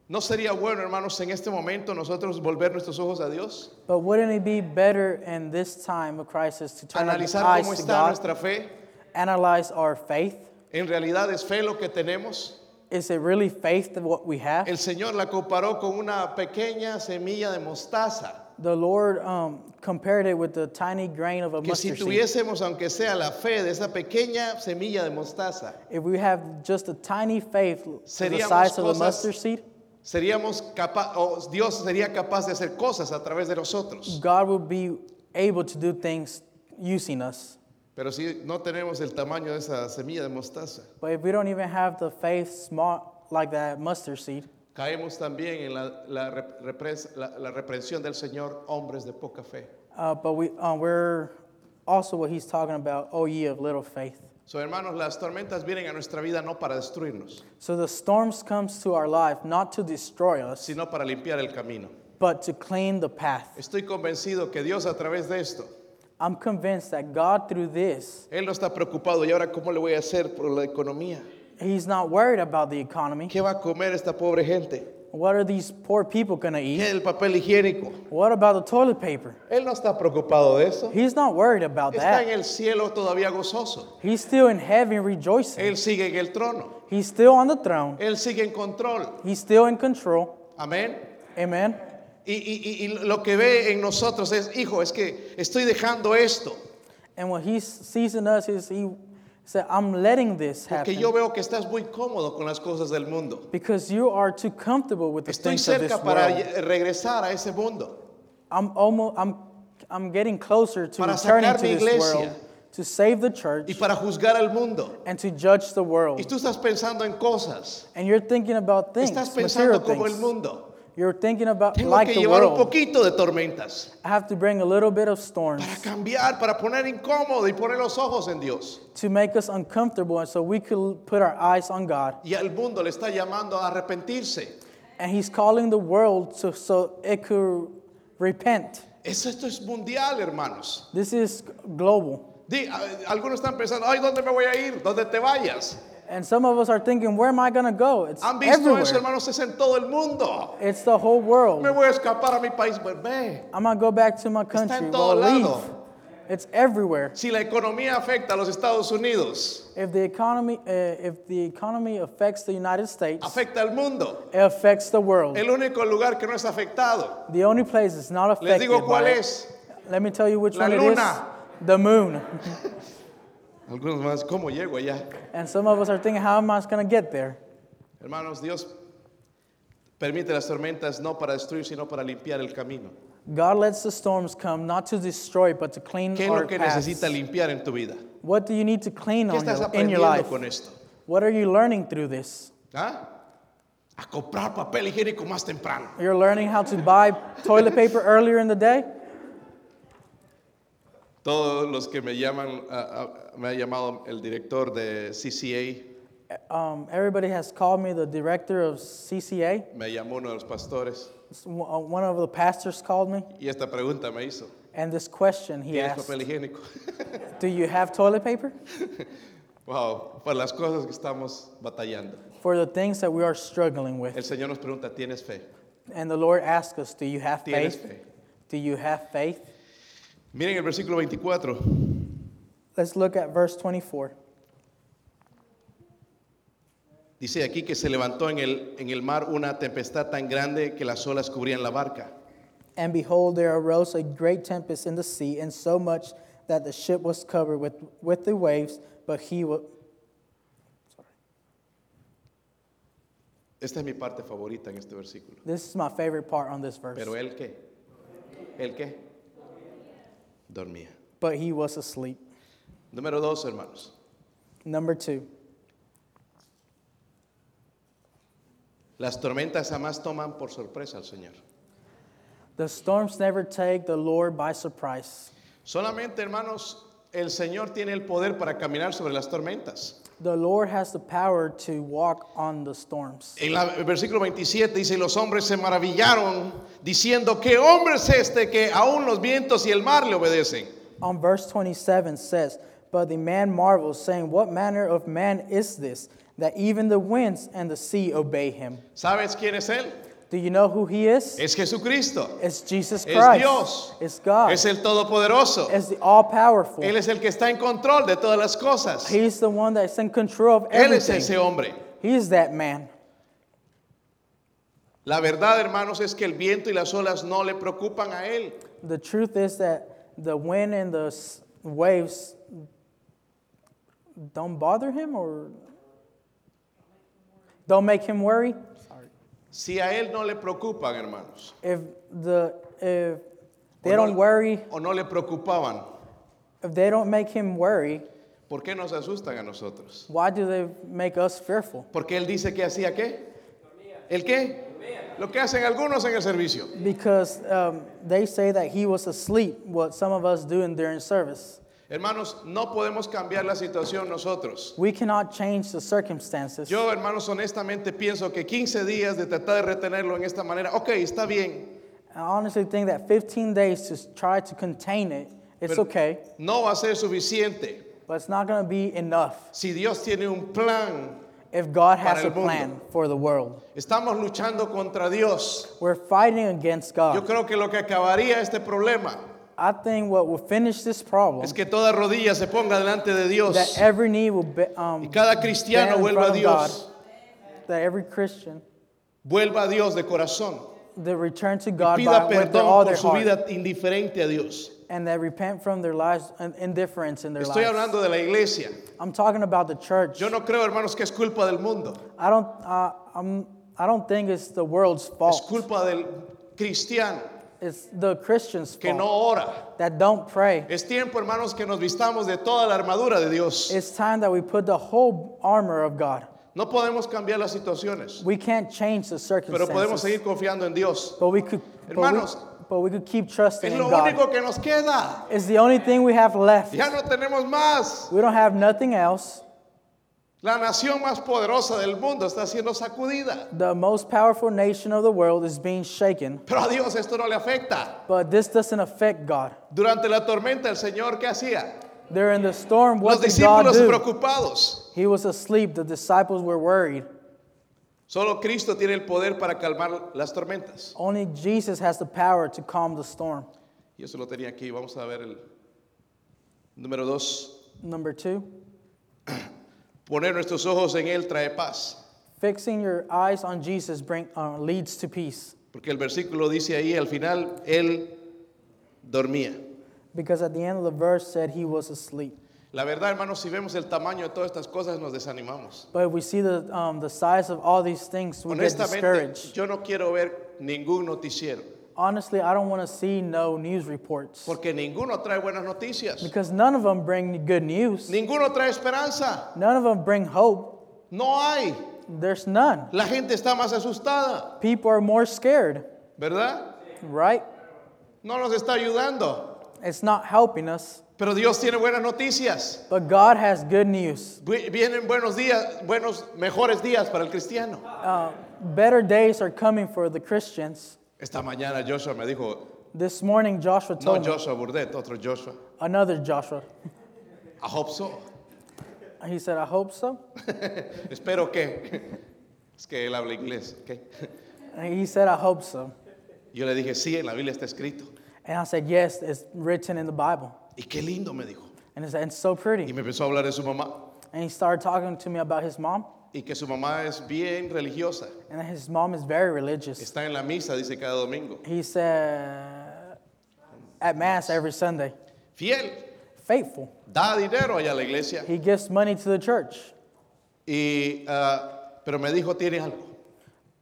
[SPEAKER 1] ¿no sería bueno, hermanos, en este momento nosotros volver nuestros ojos a Dios?
[SPEAKER 2] but wouldn't it be better in this time of crisis to turn our
[SPEAKER 1] Analizar
[SPEAKER 2] eyes
[SPEAKER 1] cómo
[SPEAKER 2] to
[SPEAKER 1] está
[SPEAKER 2] God,
[SPEAKER 1] nuestra fe.
[SPEAKER 2] analyze our faith?
[SPEAKER 1] En realidad es fe lo que tenemos.
[SPEAKER 2] Is it really faith of what we have?
[SPEAKER 1] El Señor la comparó con una pequeña semilla de mostaza.
[SPEAKER 2] The Lord um, compared it with the tiny grain of a
[SPEAKER 1] Que si
[SPEAKER 2] mustard seed.
[SPEAKER 1] tuviésemos, aunque sea la fe de esa pequeña semilla de mostaza,
[SPEAKER 2] If we have just a tiny faith the
[SPEAKER 1] Seríamos
[SPEAKER 2] size of a
[SPEAKER 1] cosas-
[SPEAKER 2] mustard seed,
[SPEAKER 1] seríamos capa- o Dios sería capaz de hacer cosas a través de nosotros.
[SPEAKER 2] God will be able to do things using us.
[SPEAKER 1] Pero si no tenemos el tamaño de esa semilla de mostaza,
[SPEAKER 2] But if we don't even have the faith small like that mustard seed,
[SPEAKER 1] caemos también en la, la rep- represa- la- la reprensión del Señor, hombres de poca fe.
[SPEAKER 2] uh, but we, uh, we're also what he's talking about, oh ye of little faith.
[SPEAKER 1] So, hermanos, las tormentas vienen a nuestra vida no para destruirnos,
[SPEAKER 2] So the storms comes to our life not to destroy us,
[SPEAKER 1] sino para limpiar el camino.
[SPEAKER 2] but to clean the path.
[SPEAKER 1] Estoy convencido que Dios a través de esto,
[SPEAKER 2] I'm convinced that God through this,
[SPEAKER 1] Él no está preocupado y ahora cómo le voy a hacer por la economía.
[SPEAKER 2] he's not worried about the economy.
[SPEAKER 1] ¿Qué va a comer esta pobre gente?
[SPEAKER 2] What are these poor people going to
[SPEAKER 1] ¿Qué
[SPEAKER 2] eat?
[SPEAKER 1] el papel higiénico?
[SPEAKER 2] What about the toilet paper?
[SPEAKER 1] Él no está preocupado de eso.
[SPEAKER 2] He's not worried about
[SPEAKER 1] Está en
[SPEAKER 2] that.
[SPEAKER 1] el cielo todavía gozoso.
[SPEAKER 2] He's still in heaven rejoicing.
[SPEAKER 1] Él sigue en el trono.
[SPEAKER 2] He's still on the throne.
[SPEAKER 1] Él sigue en control.
[SPEAKER 2] He's still in control.
[SPEAKER 1] Amén.
[SPEAKER 2] Amen.
[SPEAKER 1] Y, y- y- y lo que ve en nosotros es, hijo, es que estoy dejando esto,
[SPEAKER 2] And what he sees in us is he said, I'm letting this
[SPEAKER 1] porque
[SPEAKER 2] happen
[SPEAKER 1] yo veo que estás muy cómodo con las cosas del mundo.
[SPEAKER 2] because you are too comfortable with the
[SPEAKER 1] Estoy
[SPEAKER 2] things of this
[SPEAKER 1] cerca para
[SPEAKER 2] world.
[SPEAKER 1] lle- regresar a ese mundo.
[SPEAKER 2] I'm almost I'm I'm getting closer to
[SPEAKER 1] Para
[SPEAKER 2] returning
[SPEAKER 1] sacar
[SPEAKER 2] to
[SPEAKER 1] mi
[SPEAKER 2] this
[SPEAKER 1] iglesia.
[SPEAKER 2] world to save the church
[SPEAKER 1] Y para juzgar al mundo.
[SPEAKER 2] and to judge the world.
[SPEAKER 1] Y tú estás pensando en cosas.
[SPEAKER 2] and you're thinking about things,
[SPEAKER 1] Estás pensando
[SPEAKER 2] material
[SPEAKER 1] como el
[SPEAKER 2] things.
[SPEAKER 1] mundo.
[SPEAKER 2] You're thinking about
[SPEAKER 1] Tengo
[SPEAKER 2] like
[SPEAKER 1] que
[SPEAKER 2] the
[SPEAKER 1] llevar un
[SPEAKER 2] world.
[SPEAKER 1] poquito de tormentas
[SPEAKER 2] I have to bring a little bit of storms
[SPEAKER 1] para cambiar, para poner incómodo y poner los ojos en Dios.
[SPEAKER 2] to make us uncomfortable and so we could put our eyes on God.
[SPEAKER 1] Y al mundo le está llamando a arrepentirse.
[SPEAKER 2] And he's calling the world to so it could repent.
[SPEAKER 1] Eso, esto es mundial, hermanos.
[SPEAKER 2] This is global.
[SPEAKER 1] Di- a- algunos están pensando, ay, ¿dónde me voy a ir? ¿Dónde te vayas?
[SPEAKER 2] And some of us are thinking, where am I going to go? It's
[SPEAKER 1] Han visto
[SPEAKER 2] everywhere.
[SPEAKER 1] eso, hermanos, es en todo el mundo.
[SPEAKER 2] It's the whole
[SPEAKER 1] Me
[SPEAKER 2] world.
[SPEAKER 1] voy a escapar a mi país, pues ve.
[SPEAKER 2] I'm going to go back to my
[SPEAKER 1] en
[SPEAKER 2] country.
[SPEAKER 1] todo
[SPEAKER 2] Well, leave.
[SPEAKER 1] lado.
[SPEAKER 2] It's everywhere.
[SPEAKER 1] Si la economía afecta a los Estados Unidos,
[SPEAKER 2] If the economy, uh, if the economy affects the United States,
[SPEAKER 1] afecta al mundo.
[SPEAKER 2] it affects the world.
[SPEAKER 1] El único lugar que no es afectado.
[SPEAKER 2] The only place that's not
[SPEAKER 1] Les
[SPEAKER 2] affected
[SPEAKER 1] digo cuál
[SPEAKER 2] by it-
[SPEAKER 1] es.
[SPEAKER 2] Let me tell you which
[SPEAKER 1] La
[SPEAKER 2] one it
[SPEAKER 1] luna.
[SPEAKER 2] is. The moon.
[SPEAKER 1] Algunos más, ¿cómo llego allá?
[SPEAKER 2] and some of us are thinking, how am I going to get there?
[SPEAKER 1] Hermanos, Dios permite las tormentas no para destruir, sino para limpiar el camino.
[SPEAKER 2] God lets the storms come not to destroy, but to clean
[SPEAKER 1] ¿Qué es
[SPEAKER 2] our
[SPEAKER 1] lo que
[SPEAKER 2] paths.
[SPEAKER 1] necesita limpiar en tu vida?
[SPEAKER 2] What do you need to clean
[SPEAKER 1] ¿Qué
[SPEAKER 2] on
[SPEAKER 1] estás
[SPEAKER 2] your, in your
[SPEAKER 1] aprendiendo
[SPEAKER 2] life?
[SPEAKER 1] con esto?
[SPEAKER 2] What are you learning through this?
[SPEAKER 1] ¿Ah? A comprar papel higiénico más temprano.
[SPEAKER 2] You're learning how to buy toilet paper earlier in the day?
[SPEAKER 1] Todos los que me llaman, a- a- me ha llamado el director de CCA,
[SPEAKER 2] Um, everybody has called me the director of CCA.
[SPEAKER 1] me llamó uno de los pastores
[SPEAKER 2] S- One uh, one of the pastors called me,
[SPEAKER 1] y esta pregunta me hizo.
[SPEAKER 2] and this question he
[SPEAKER 1] ¿Tienes
[SPEAKER 2] asked
[SPEAKER 1] papel higiénico?
[SPEAKER 2] Do you have toilet paper?
[SPEAKER 1] wow, por las cosas que estamos batallando.
[SPEAKER 2] For the things that we are struggling with.
[SPEAKER 1] El Señor nos pregunta, ¿tienes fe?
[SPEAKER 2] And the Lord asks us, Do you have
[SPEAKER 1] ¿Tienes
[SPEAKER 2] faith?
[SPEAKER 1] fe?
[SPEAKER 2] Do you have faith?
[SPEAKER 1] Miren el versículo 24.
[SPEAKER 2] Let's look at verse 24.
[SPEAKER 1] Dice aquí que se levantó en el, en el mar una tempestad tan grande que las olas cubrían la barca.
[SPEAKER 2] And behold, there arose a great tempest in the sea, and so much that the ship was covered with, with the waves, but he was.
[SPEAKER 1] Esta es mi parte favorita en este versículo.
[SPEAKER 2] This is my favorite part on this verse.
[SPEAKER 1] Pero él qué? ¿El qué? Dormía.
[SPEAKER 2] But he was asleep.
[SPEAKER 1] Número dos, hermanos.
[SPEAKER 2] Number two,
[SPEAKER 1] Las tormentas jamás toman por sorpresa al Señor.
[SPEAKER 2] the storms never take the Lord by surprise.
[SPEAKER 1] Solamente, hermanos, el Señor tiene el poder para caminar sobre las tormentas.
[SPEAKER 2] The Lord has the power to walk on the storms.
[SPEAKER 1] En la- el versículo 27 dice, y los hombres se maravillaron diciendo, ¿qué hombre es este que aún los vientos y el mar le obedecen?
[SPEAKER 2] On verse 27 says, But the man marvels, saying, What manner of man is this, that even the winds and the sea obey him?
[SPEAKER 1] ¿Sabes quién es Él?
[SPEAKER 2] Do you know who he is?
[SPEAKER 1] Es Jesucristo.
[SPEAKER 2] It's Jesus
[SPEAKER 1] Es
[SPEAKER 2] Christ.
[SPEAKER 1] Dios.
[SPEAKER 2] It's God.
[SPEAKER 1] Es el Todopoderoso.
[SPEAKER 2] it's the all powerful.
[SPEAKER 1] Él es el que está en control de todas las cosas.
[SPEAKER 2] He's the one that's in control of
[SPEAKER 1] Él es
[SPEAKER 2] everything.
[SPEAKER 1] ese hombre.
[SPEAKER 2] He's that man.
[SPEAKER 1] La verdad, hermanos, es que el viento y las olas no le preocupan a Él.
[SPEAKER 2] The truth is that the wind and the s- waves don't bother him or don't make him worry.
[SPEAKER 1] Si a Él no le preocupan, hermanos,
[SPEAKER 2] If the if they
[SPEAKER 1] Or
[SPEAKER 2] don't
[SPEAKER 1] not-
[SPEAKER 2] worry,
[SPEAKER 1] o no le preocupaban,
[SPEAKER 2] if they don't make him worry,
[SPEAKER 1] ¿por qué nos asustan a nosotros?
[SPEAKER 2] why do they make us fearful?
[SPEAKER 1] Porque Él dice que hacía qué. ¿El qué? Lo que hacen algunos en el servicio.
[SPEAKER 2] Because um, they say that he was asleep, what some of us do in during service.
[SPEAKER 1] Hermanos, no podemos cambiar la situación nosotros.
[SPEAKER 2] We cannot change the circumstances.
[SPEAKER 1] Yo, hermanos, honestamente pienso que 15 días de tratar de retenerlo en esta manera, ok, está bien,
[SPEAKER 2] I honestly think that 15 days to try to contain it, it's
[SPEAKER 1] Pero-
[SPEAKER 2] okay,
[SPEAKER 1] no va a ser suficiente.
[SPEAKER 2] but it's not going to be enough
[SPEAKER 1] Si Dios tiene un plan,
[SPEAKER 2] if God
[SPEAKER 1] Para
[SPEAKER 2] has
[SPEAKER 1] el
[SPEAKER 2] a plan for the world.
[SPEAKER 1] estamos luchando contra Dios.
[SPEAKER 2] We're fighting against God.
[SPEAKER 1] Yo creo que lo que acabaría este problema
[SPEAKER 2] I think what will finish this problem
[SPEAKER 1] es que toda rodilla se ponga delante de Dios
[SPEAKER 2] that every knee will be, um,
[SPEAKER 1] y cada cristiano
[SPEAKER 2] stand in
[SPEAKER 1] vuelva a
[SPEAKER 2] front of God,
[SPEAKER 1] Dios,
[SPEAKER 2] that every Christian
[SPEAKER 1] vuelva a Dios de corazón,
[SPEAKER 2] they return to God
[SPEAKER 1] pida
[SPEAKER 2] by, with their, all
[SPEAKER 1] perdón
[SPEAKER 2] their
[SPEAKER 1] por su
[SPEAKER 2] heart
[SPEAKER 1] vida indiferente a Dios.
[SPEAKER 2] and they repent from their lives and indifference in their
[SPEAKER 1] Estoy
[SPEAKER 2] lives.
[SPEAKER 1] hablando de la iglesia.
[SPEAKER 2] I'm talking about the church.
[SPEAKER 1] Yo no creo, hermanos, que es culpa del mundo.
[SPEAKER 2] I don't. I, I'm. I don't think it's the world's
[SPEAKER 1] Es
[SPEAKER 2] fault.
[SPEAKER 1] culpa del cristiano
[SPEAKER 2] It's the Christians'
[SPEAKER 1] que
[SPEAKER 2] fault
[SPEAKER 1] no ora.
[SPEAKER 2] that don't pray.
[SPEAKER 1] Es tiempo, hermanos, que nos vistamos de toda la armadura de Dios.
[SPEAKER 2] It's time that we put the whole armor of God.
[SPEAKER 1] No podemos cambiar las situaciones,
[SPEAKER 2] We can't change the
[SPEAKER 1] pero podemos
[SPEAKER 2] circumstances,
[SPEAKER 1] seguir confiando en Dios.
[SPEAKER 2] but we could. But we,
[SPEAKER 1] Hermanos,
[SPEAKER 2] but we could keep
[SPEAKER 1] Es
[SPEAKER 2] trusting in
[SPEAKER 1] lo
[SPEAKER 2] God.
[SPEAKER 1] único que nos queda.
[SPEAKER 2] It's the only thing we have left.
[SPEAKER 1] Ya no tenemos más.
[SPEAKER 2] We don't have nothing else.
[SPEAKER 1] La nación más poderosa del mundo está siendo sacudida.
[SPEAKER 2] The most powerful nation of the world is being shaken,
[SPEAKER 1] Pero a Dios esto no le afecta.
[SPEAKER 2] but this doesn't affect God.
[SPEAKER 1] Durante la tormenta, el Señor, ¿qué hacía?
[SPEAKER 2] During the storm,
[SPEAKER 1] Los
[SPEAKER 2] what did God
[SPEAKER 1] discípulos
[SPEAKER 2] do?
[SPEAKER 1] preocupados.
[SPEAKER 2] He was asleep. The disciples were worried.
[SPEAKER 1] Solo Cristo tiene el poder para calmar las tormentas.
[SPEAKER 2] Only Jesus has the power to calm the storm.
[SPEAKER 1] Y eso lo tenía aquí. Vamos a ver el número dos.
[SPEAKER 2] Number two,
[SPEAKER 1] Poner nuestros ojos en Él trae paz.
[SPEAKER 2] fixing your eyes on Jesus bring, uh, leads to peace.
[SPEAKER 1] Porque el versículo dice ahí al final, Él dormía.
[SPEAKER 2] Because at the end of the verse said he was asleep.
[SPEAKER 1] La verdad, hermanos, si vemos el tamaño de todas estas cosas, nos desanimamos.
[SPEAKER 2] But if we see the, um, the size of all these things, we get
[SPEAKER 1] Honestamente,
[SPEAKER 2] discouraged.
[SPEAKER 1] yo no quiero ver ningún noticiero.
[SPEAKER 2] Honestly, I don't want to see no news reports.
[SPEAKER 1] Porque ninguno trae buenas noticias.
[SPEAKER 2] Because none of them bring good news.
[SPEAKER 1] Ninguno trae esperanza.
[SPEAKER 2] None of them bring hope.
[SPEAKER 1] No hay.
[SPEAKER 2] There's none.
[SPEAKER 1] La gente está más asustada,
[SPEAKER 2] People are more scared,
[SPEAKER 1] ¿verdad?
[SPEAKER 2] right?
[SPEAKER 1] No nos está ayudando.
[SPEAKER 2] It's not helping us.
[SPEAKER 1] Pero Dios tiene buenas noticias.
[SPEAKER 2] But God has good news.
[SPEAKER 1] Vi- Vienen buenos días, buenos, mejores días para el cristiano.
[SPEAKER 2] Uh, better days are coming for the Christians.
[SPEAKER 1] Esta mañana Joshua me dijo,
[SPEAKER 2] This morning, Joshua
[SPEAKER 1] no
[SPEAKER 2] told me,
[SPEAKER 1] Joshua Burdett, otro Joshua.
[SPEAKER 2] another Joshua.
[SPEAKER 1] I hope so.
[SPEAKER 2] He said, I hope so.
[SPEAKER 1] Espero que. Es que él habla inglés. ¿ok?
[SPEAKER 2] And he said, I hope so.
[SPEAKER 1] Yo le dije, sí, en la Biblia está escrito.
[SPEAKER 2] And I said, Yes, it's written in the Bible.
[SPEAKER 1] Y qué lindo, me dijo.
[SPEAKER 2] And he said, It's so
[SPEAKER 1] Y
[SPEAKER 2] pretty.
[SPEAKER 1] me empezó a hablar de su mamá.
[SPEAKER 2] And he started talking to me about his mom.
[SPEAKER 1] Y que su mamá es bien religiosa.
[SPEAKER 2] And his mom is very religious.
[SPEAKER 1] Está en la misa, dice cada domingo.
[SPEAKER 2] He said, At Mass every Sunday,
[SPEAKER 1] Fiel.
[SPEAKER 2] faithful.
[SPEAKER 1] da dinero allá a la iglesia.
[SPEAKER 2] He gives money to the church.
[SPEAKER 1] Y, ah, pero me dijo, tiene algo,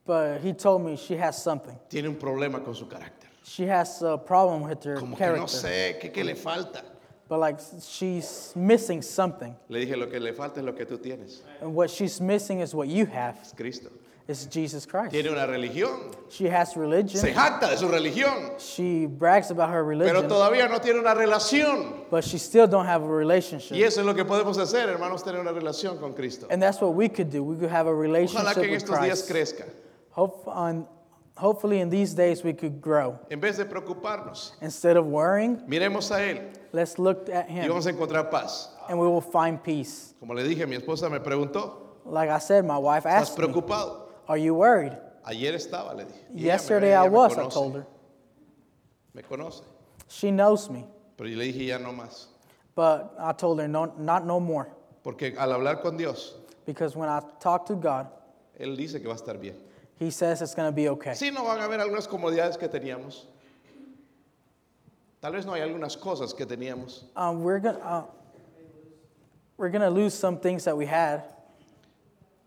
[SPEAKER 2] But he told me she has something.
[SPEAKER 1] tiene un problema con su carácter.
[SPEAKER 2] She has a problem with her
[SPEAKER 1] Como que no
[SPEAKER 2] character.
[SPEAKER 1] sé, ¿qué, qué le falta?
[SPEAKER 2] But like she's missing something.
[SPEAKER 1] Le dije, lo que le falta es lo que tú tienes,
[SPEAKER 2] And what she's missing is what you have.
[SPEAKER 1] es Cristo.
[SPEAKER 2] It's Jesus Christ.
[SPEAKER 1] Tiene una religión,
[SPEAKER 2] She has
[SPEAKER 1] se
[SPEAKER 2] religion.
[SPEAKER 1] jacta de su religión,
[SPEAKER 2] She brags about
[SPEAKER 1] pero
[SPEAKER 2] her religion,
[SPEAKER 1] todavía no tiene una relación.
[SPEAKER 2] but she still don't have a
[SPEAKER 1] Y
[SPEAKER 2] relationship.
[SPEAKER 1] eso es lo que podemos hacer, hermanos, tener una relación con Cristo.
[SPEAKER 2] And that's what we could do. We could have a
[SPEAKER 1] Ojalá
[SPEAKER 2] relationship
[SPEAKER 1] que en
[SPEAKER 2] with
[SPEAKER 1] estos días
[SPEAKER 2] Christ.
[SPEAKER 1] crezca.
[SPEAKER 2] Hope on Hopefully, in these days, we could grow.
[SPEAKER 1] En vez de preocuparnos,
[SPEAKER 2] Instead of worrying,
[SPEAKER 1] miremos a Él
[SPEAKER 2] let's look at
[SPEAKER 1] y
[SPEAKER 2] Him
[SPEAKER 1] vamos a encontrar paz.
[SPEAKER 2] and we will find peace.
[SPEAKER 1] Como le dije, mi esposa me preguntó,
[SPEAKER 2] Like I said, my wife
[SPEAKER 1] ¿estás
[SPEAKER 2] asked me,
[SPEAKER 1] preocupado?
[SPEAKER 2] Are you worried?
[SPEAKER 1] Ayer estaba, le dije. Y ella me
[SPEAKER 2] Yesterday
[SPEAKER 1] ve,
[SPEAKER 2] I
[SPEAKER 1] ella me
[SPEAKER 2] was, I
[SPEAKER 1] conoce,
[SPEAKER 2] told her.
[SPEAKER 1] Me conoce.
[SPEAKER 2] She knows me,
[SPEAKER 1] Pero yo le dije ya no más.
[SPEAKER 2] but I told her, no, Not no more.
[SPEAKER 1] Porque al hablar con Dios,
[SPEAKER 2] Because when I talk to God,
[SPEAKER 1] Él dice que va a estar bien.
[SPEAKER 2] He says it's going to be okay.
[SPEAKER 1] Sí, no van a haber algunas comodidades que teníamos. Tal vez no hay algunas cosas que teníamos.
[SPEAKER 2] Um, we're going uh, we're gonna lose some things that we had,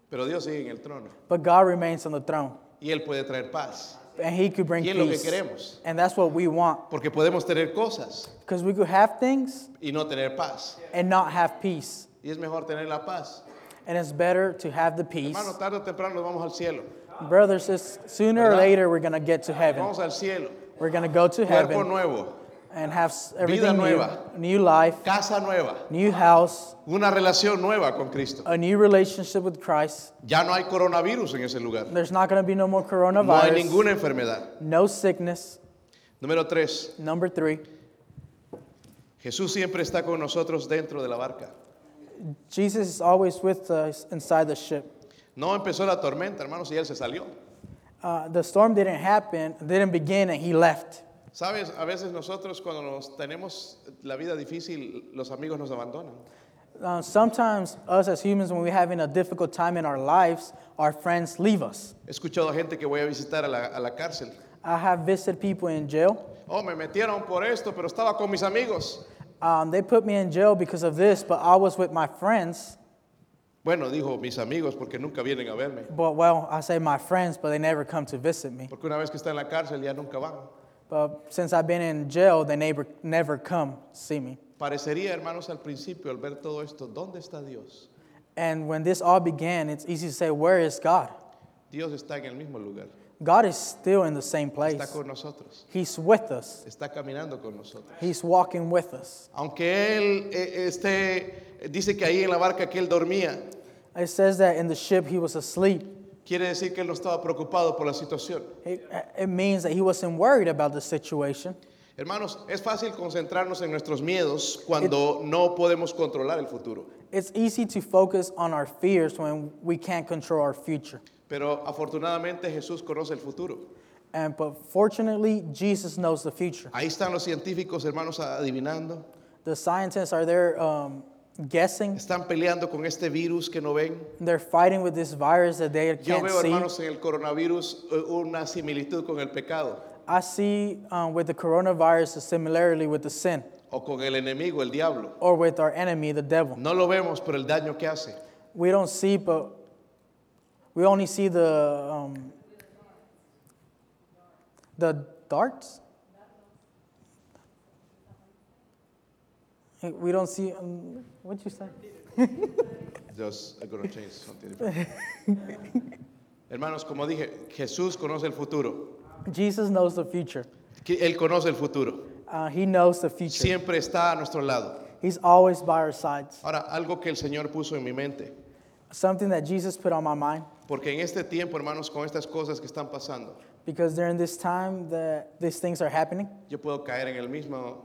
[SPEAKER 1] Pero Dios sigue en el trono.
[SPEAKER 2] but God remains on the throne.
[SPEAKER 1] Y Él puede traer paz.
[SPEAKER 2] And He could bring
[SPEAKER 1] Y es lo que
[SPEAKER 2] peace.
[SPEAKER 1] queremos.
[SPEAKER 2] And that's what we want.
[SPEAKER 1] Porque podemos tener cosas
[SPEAKER 2] Because we could have things
[SPEAKER 1] y no tener paz.
[SPEAKER 2] and not have peace.
[SPEAKER 1] Y es mejor tener la paz.
[SPEAKER 2] And it's better to have the peace.
[SPEAKER 1] Hermano, tarde o temprano nos vamos al cielo.
[SPEAKER 2] Brothers, it's, sooner or
[SPEAKER 1] ¿Verdad?
[SPEAKER 2] later we're going to get to heaven.
[SPEAKER 1] Vamos al cielo.
[SPEAKER 2] We're going to go to
[SPEAKER 1] Cuerpo
[SPEAKER 2] heaven
[SPEAKER 1] nuevo.
[SPEAKER 2] and have s- everything new.
[SPEAKER 1] nueva.
[SPEAKER 2] New life,
[SPEAKER 1] Casa nueva.
[SPEAKER 2] new house,
[SPEAKER 1] Una relación nueva con Cristo.
[SPEAKER 2] a new relationship with Christ.
[SPEAKER 1] Ya no hay coronavirus en ese lugar.
[SPEAKER 2] There's not going to be no more
[SPEAKER 1] No hay
[SPEAKER 2] coronavirus,
[SPEAKER 1] ninguna enfermedad.
[SPEAKER 2] no sickness.
[SPEAKER 1] Número tres.
[SPEAKER 2] Number three,
[SPEAKER 1] Jesús siempre está con nosotros dentro de la barca.
[SPEAKER 2] Jesus is always with us inside the ship.
[SPEAKER 1] No empezó la tormenta, hermanos, y él se salió.
[SPEAKER 2] Uh, the storm didn't happen, didn't begin, and he left.
[SPEAKER 1] Sabes, a veces nosotros cuando nos tenemos la vida difícil, los amigos nos abandonan.
[SPEAKER 2] Uh, sometimes us as humans, when we're having a difficult time in our lives, our friends leave us.
[SPEAKER 1] He escuchado a gente que voy a visitar a la, a la cárcel.
[SPEAKER 2] I have visited people in jail.
[SPEAKER 1] Oh, me metieron por esto, pero estaba con mis amigos.
[SPEAKER 2] Um, they put me in jail because of this, but I was with my friends.
[SPEAKER 1] Bueno, dijo mis amigos porque nunca vienen a verme.
[SPEAKER 2] But well, I say my friends, but they never come to visit me.
[SPEAKER 1] Porque una vez que está en la cárcel ya nunca van.
[SPEAKER 2] But since I've been in jail, they never never come see me.
[SPEAKER 1] Parecería, hermanos, al principio al ver todo esto, ¿dónde está Dios?
[SPEAKER 2] And when this all began, it's easy to say, "Where is God?
[SPEAKER 1] Dios está en el mismo lugar.
[SPEAKER 2] God is still in the same place.
[SPEAKER 1] Está con nosotros.
[SPEAKER 2] He's with us.
[SPEAKER 1] Está caminando con nosotros.
[SPEAKER 2] He's walking with us."
[SPEAKER 1] Aunque él eh, esté, dice que ahí en la barca que él dormía,
[SPEAKER 2] It says that in the ship he was asleep.
[SPEAKER 1] Quiere decir que él no estaba preocupado por la situación.
[SPEAKER 2] It, it means that he wasn't worried about the situation.
[SPEAKER 1] Hermanos, es fácil concentrarnos en nuestros miedos cuando no podemos controlar el futuro.
[SPEAKER 2] It's easy to focus on our fears when we can't control our future.
[SPEAKER 1] Pero afortunadamente Jesús conoce el futuro.
[SPEAKER 2] And but fortunately, Jesus knows the future.
[SPEAKER 1] Ahí están los científicos, hermanos, adivinando.
[SPEAKER 2] The scientists are there um, guessing.
[SPEAKER 1] Están peleando con este virus que no ven.
[SPEAKER 2] They're fighting with this virus that they
[SPEAKER 1] Yo
[SPEAKER 2] can't
[SPEAKER 1] veo,
[SPEAKER 2] see.
[SPEAKER 1] hermanos, en el coronavirus eh, una similitud con el pecado
[SPEAKER 2] I see um, with the coronavirus a similarity with the sin
[SPEAKER 1] o con el enemigo, el diablo.
[SPEAKER 2] or with our enemy, the devil.
[SPEAKER 1] No lo vemos por el daño que hace.
[SPEAKER 2] We don't see, but we only see the um, the darts. Eh, We don't see. Um, what'd you say?
[SPEAKER 1] Just, I'm gonna change something different. hermanos, como dije, Jesús conoce el futuro.
[SPEAKER 2] Jesus knows the future.
[SPEAKER 1] que Él conoce el futuro.
[SPEAKER 2] Uh, he knows the future.
[SPEAKER 1] Siempre está a nuestro lado.
[SPEAKER 2] He's always by our sides.
[SPEAKER 1] Ahora, algo que el Señor puso en mi mente,
[SPEAKER 2] Something that Jesus put on my mind
[SPEAKER 1] porque en este tiempo, hermanos, con estas cosas que están pasando,
[SPEAKER 2] because during this time that these things are happening,
[SPEAKER 1] yo puedo caer en el mismo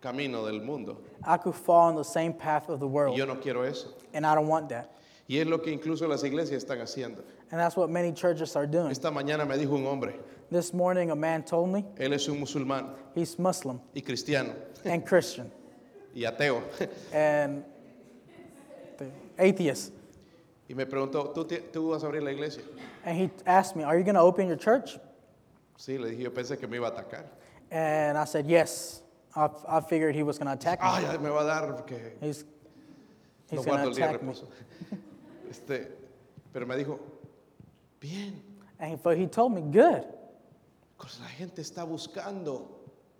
[SPEAKER 1] camino del mundo.
[SPEAKER 2] I could fall on the same path of the
[SPEAKER 1] Y
[SPEAKER 2] world,
[SPEAKER 1] yo no quiero eso.
[SPEAKER 2] and I don't want that.
[SPEAKER 1] Y es lo que incluso las iglesias están haciendo.
[SPEAKER 2] And that's what many churches are doing.
[SPEAKER 1] Esta mañana me dijo un hombre,
[SPEAKER 2] This morning, a man told me
[SPEAKER 1] él es un musulmán
[SPEAKER 2] he's Muslim
[SPEAKER 1] y cristiano
[SPEAKER 2] and Christian
[SPEAKER 1] y ateo.
[SPEAKER 2] and atheist.
[SPEAKER 1] Y me preguntó, ¿tú, te- tú vas a abrir la iglesia?
[SPEAKER 2] And he asked me, Are you going to open your church?
[SPEAKER 1] Sí, le dije, yo pensé que me iba a atacar.
[SPEAKER 2] And I said, Yes. I, I figured he was going to attack me.
[SPEAKER 1] Ay, me va a dar porque
[SPEAKER 2] He's, he's
[SPEAKER 1] no
[SPEAKER 2] going
[SPEAKER 1] guardo
[SPEAKER 2] to
[SPEAKER 1] el día de
[SPEAKER 2] attack me.
[SPEAKER 1] reposo. Este, pero me dijo, bien,
[SPEAKER 2] And he, but he told me, Good.
[SPEAKER 1] pues la gente está buscando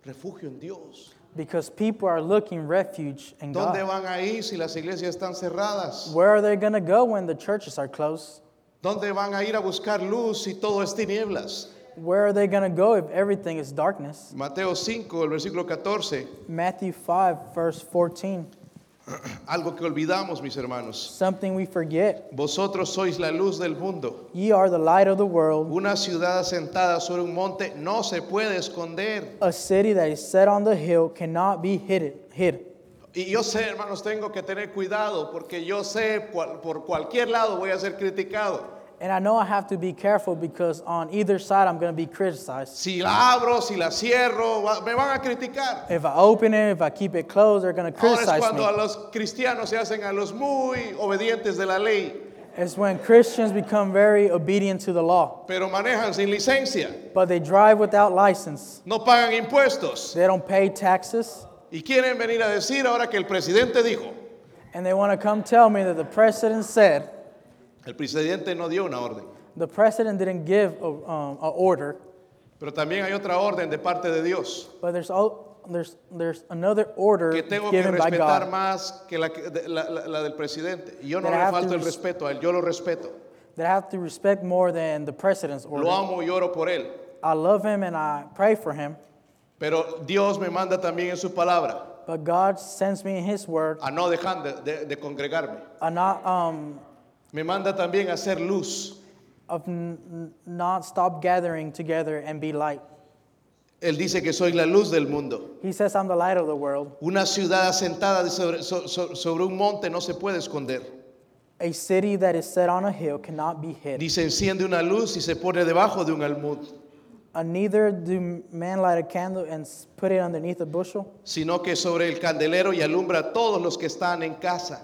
[SPEAKER 1] refugio en Dios.
[SPEAKER 2] Because people are looking refuge in
[SPEAKER 1] ¿Dónde
[SPEAKER 2] God.
[SPEAKER 1] van a ir si las iglesias están cerradas?
[SPEAKER 2] Where are they going to go when the churches are closed?
[SPEAKER 1] ¿Dónde van a ir a buscar luz si todo es tinieblas?
[SPEAKER 2] Where are they going to go if everything is darkness?
[SPEAKER 1] Mateo 5, el versículo 14,
[SPEAKER 2] Matthew 5, verse 14.
[SPEAKER 1] Algo que olvidamos, mis hermanos.
[SPEAKER 2] Something we forget.
[SPEAKER 1] Vosotros sois la luz del mundo.
[SPEAKER 2] Ye are the light of the world.
[SPEAKER 1] Una ciudad asentada sobre un monte no se puede esconder.
[SPEAKER 2] A city that is set on the hill cannot be hidden. hid.
[SPEAKER 1] Y yo sé, hermanos, tengo que tener cuidado porque yo sé cual- por cualquier lado voy a ser criticado.
[SPEAKER 2] And I know I have to be careful because on either side I'm going to be criticized.
[SPEAKER 1] Si la abro, si la cierro, va- me van a criticar.
[SPEAKER 2] If I open it, if I keep it closed, they're going to
[SPEAKER 1] Ahora es
[SPEAKER 2] criticize
[SPEAKER 1] cuando a
[SPEAKER 2] me.
[SPEAKER 1] los cristianos se hacen a los muy obedientes de la ley,
[SPEAKER 2] It's when Christians become very obedient to the law,
[SPEAKER 1] pero manejan sin licencia,
[SPEAKER 2] but they drive without license.
[SPEAKER 1] no pagan impuestos
[SPEAKER 2] They don't pay taxes,
[SPEAKER 1] y quieren venir a decir ahora que el presidente dijo.
[SPEAKER 2] and they want to come tell me that the president said
[SPEAKER 1] El presidente no dio una orden,
[SPEAKER 2] the president didn't give a, um, a order,
[SPEAKER 1] pero también hay otra orden de parte de Dios
[SPEAKER 2] but there's all, there's there's another order
[SPEAKER 1] que tengo que
[SPEAKER 2] given by
[SPEAKER 1] respetar
[SPEAKER 2] God
[SPEAKER 1] más que la, que- de- la- la- la del presidente. Y yo no
[SPEAKER 2] That I
[SPEAKER 1] le
[SPEAKER 2] have to
[SPEAKER 1] falto el
[SPEAKER 2] res-
[SPEAKER 1] respeto a él, yo lo respeto,
[SPEAKER 2] that I have to respect more than the president's order.
[SPEAKER 1] lo amo y oro por él.
[SPEAKER 2] I love him and I pray for him,
[SPEAKER 1] Pero Dios me manda también en su palabra
[SPEAKER 2] but God sends me in His word.
[SPEAKER 1] a no dejar de- de- de congregarme.
[SPEAKER 2] I not um
[SPEAKER 1] Me manda también a hacer luz.
[SPEAKER 2] of n- n- not stop gathering together and be light.
[SPEAKER 1] Él dice que soy la luz del mundo.
[SPEAKER 2] He says, "I'm the light of the world."
[SPEAKER 1] Una ciudad asentada de sobre, so- so- sobre un monte no se puede esconder.
[SPEAKER 2] A city that is set on a hill cannot be hid.
[SPEAKER 1] Dice, enciende una luz y se pone debajo de un almud,
[SPEAKER 2] And Uh, neither do man light a candle and s- put it underneath a bushel,
[SPEAKER 1] sino que sobre el candelero y alumbra a todos los que están en casa.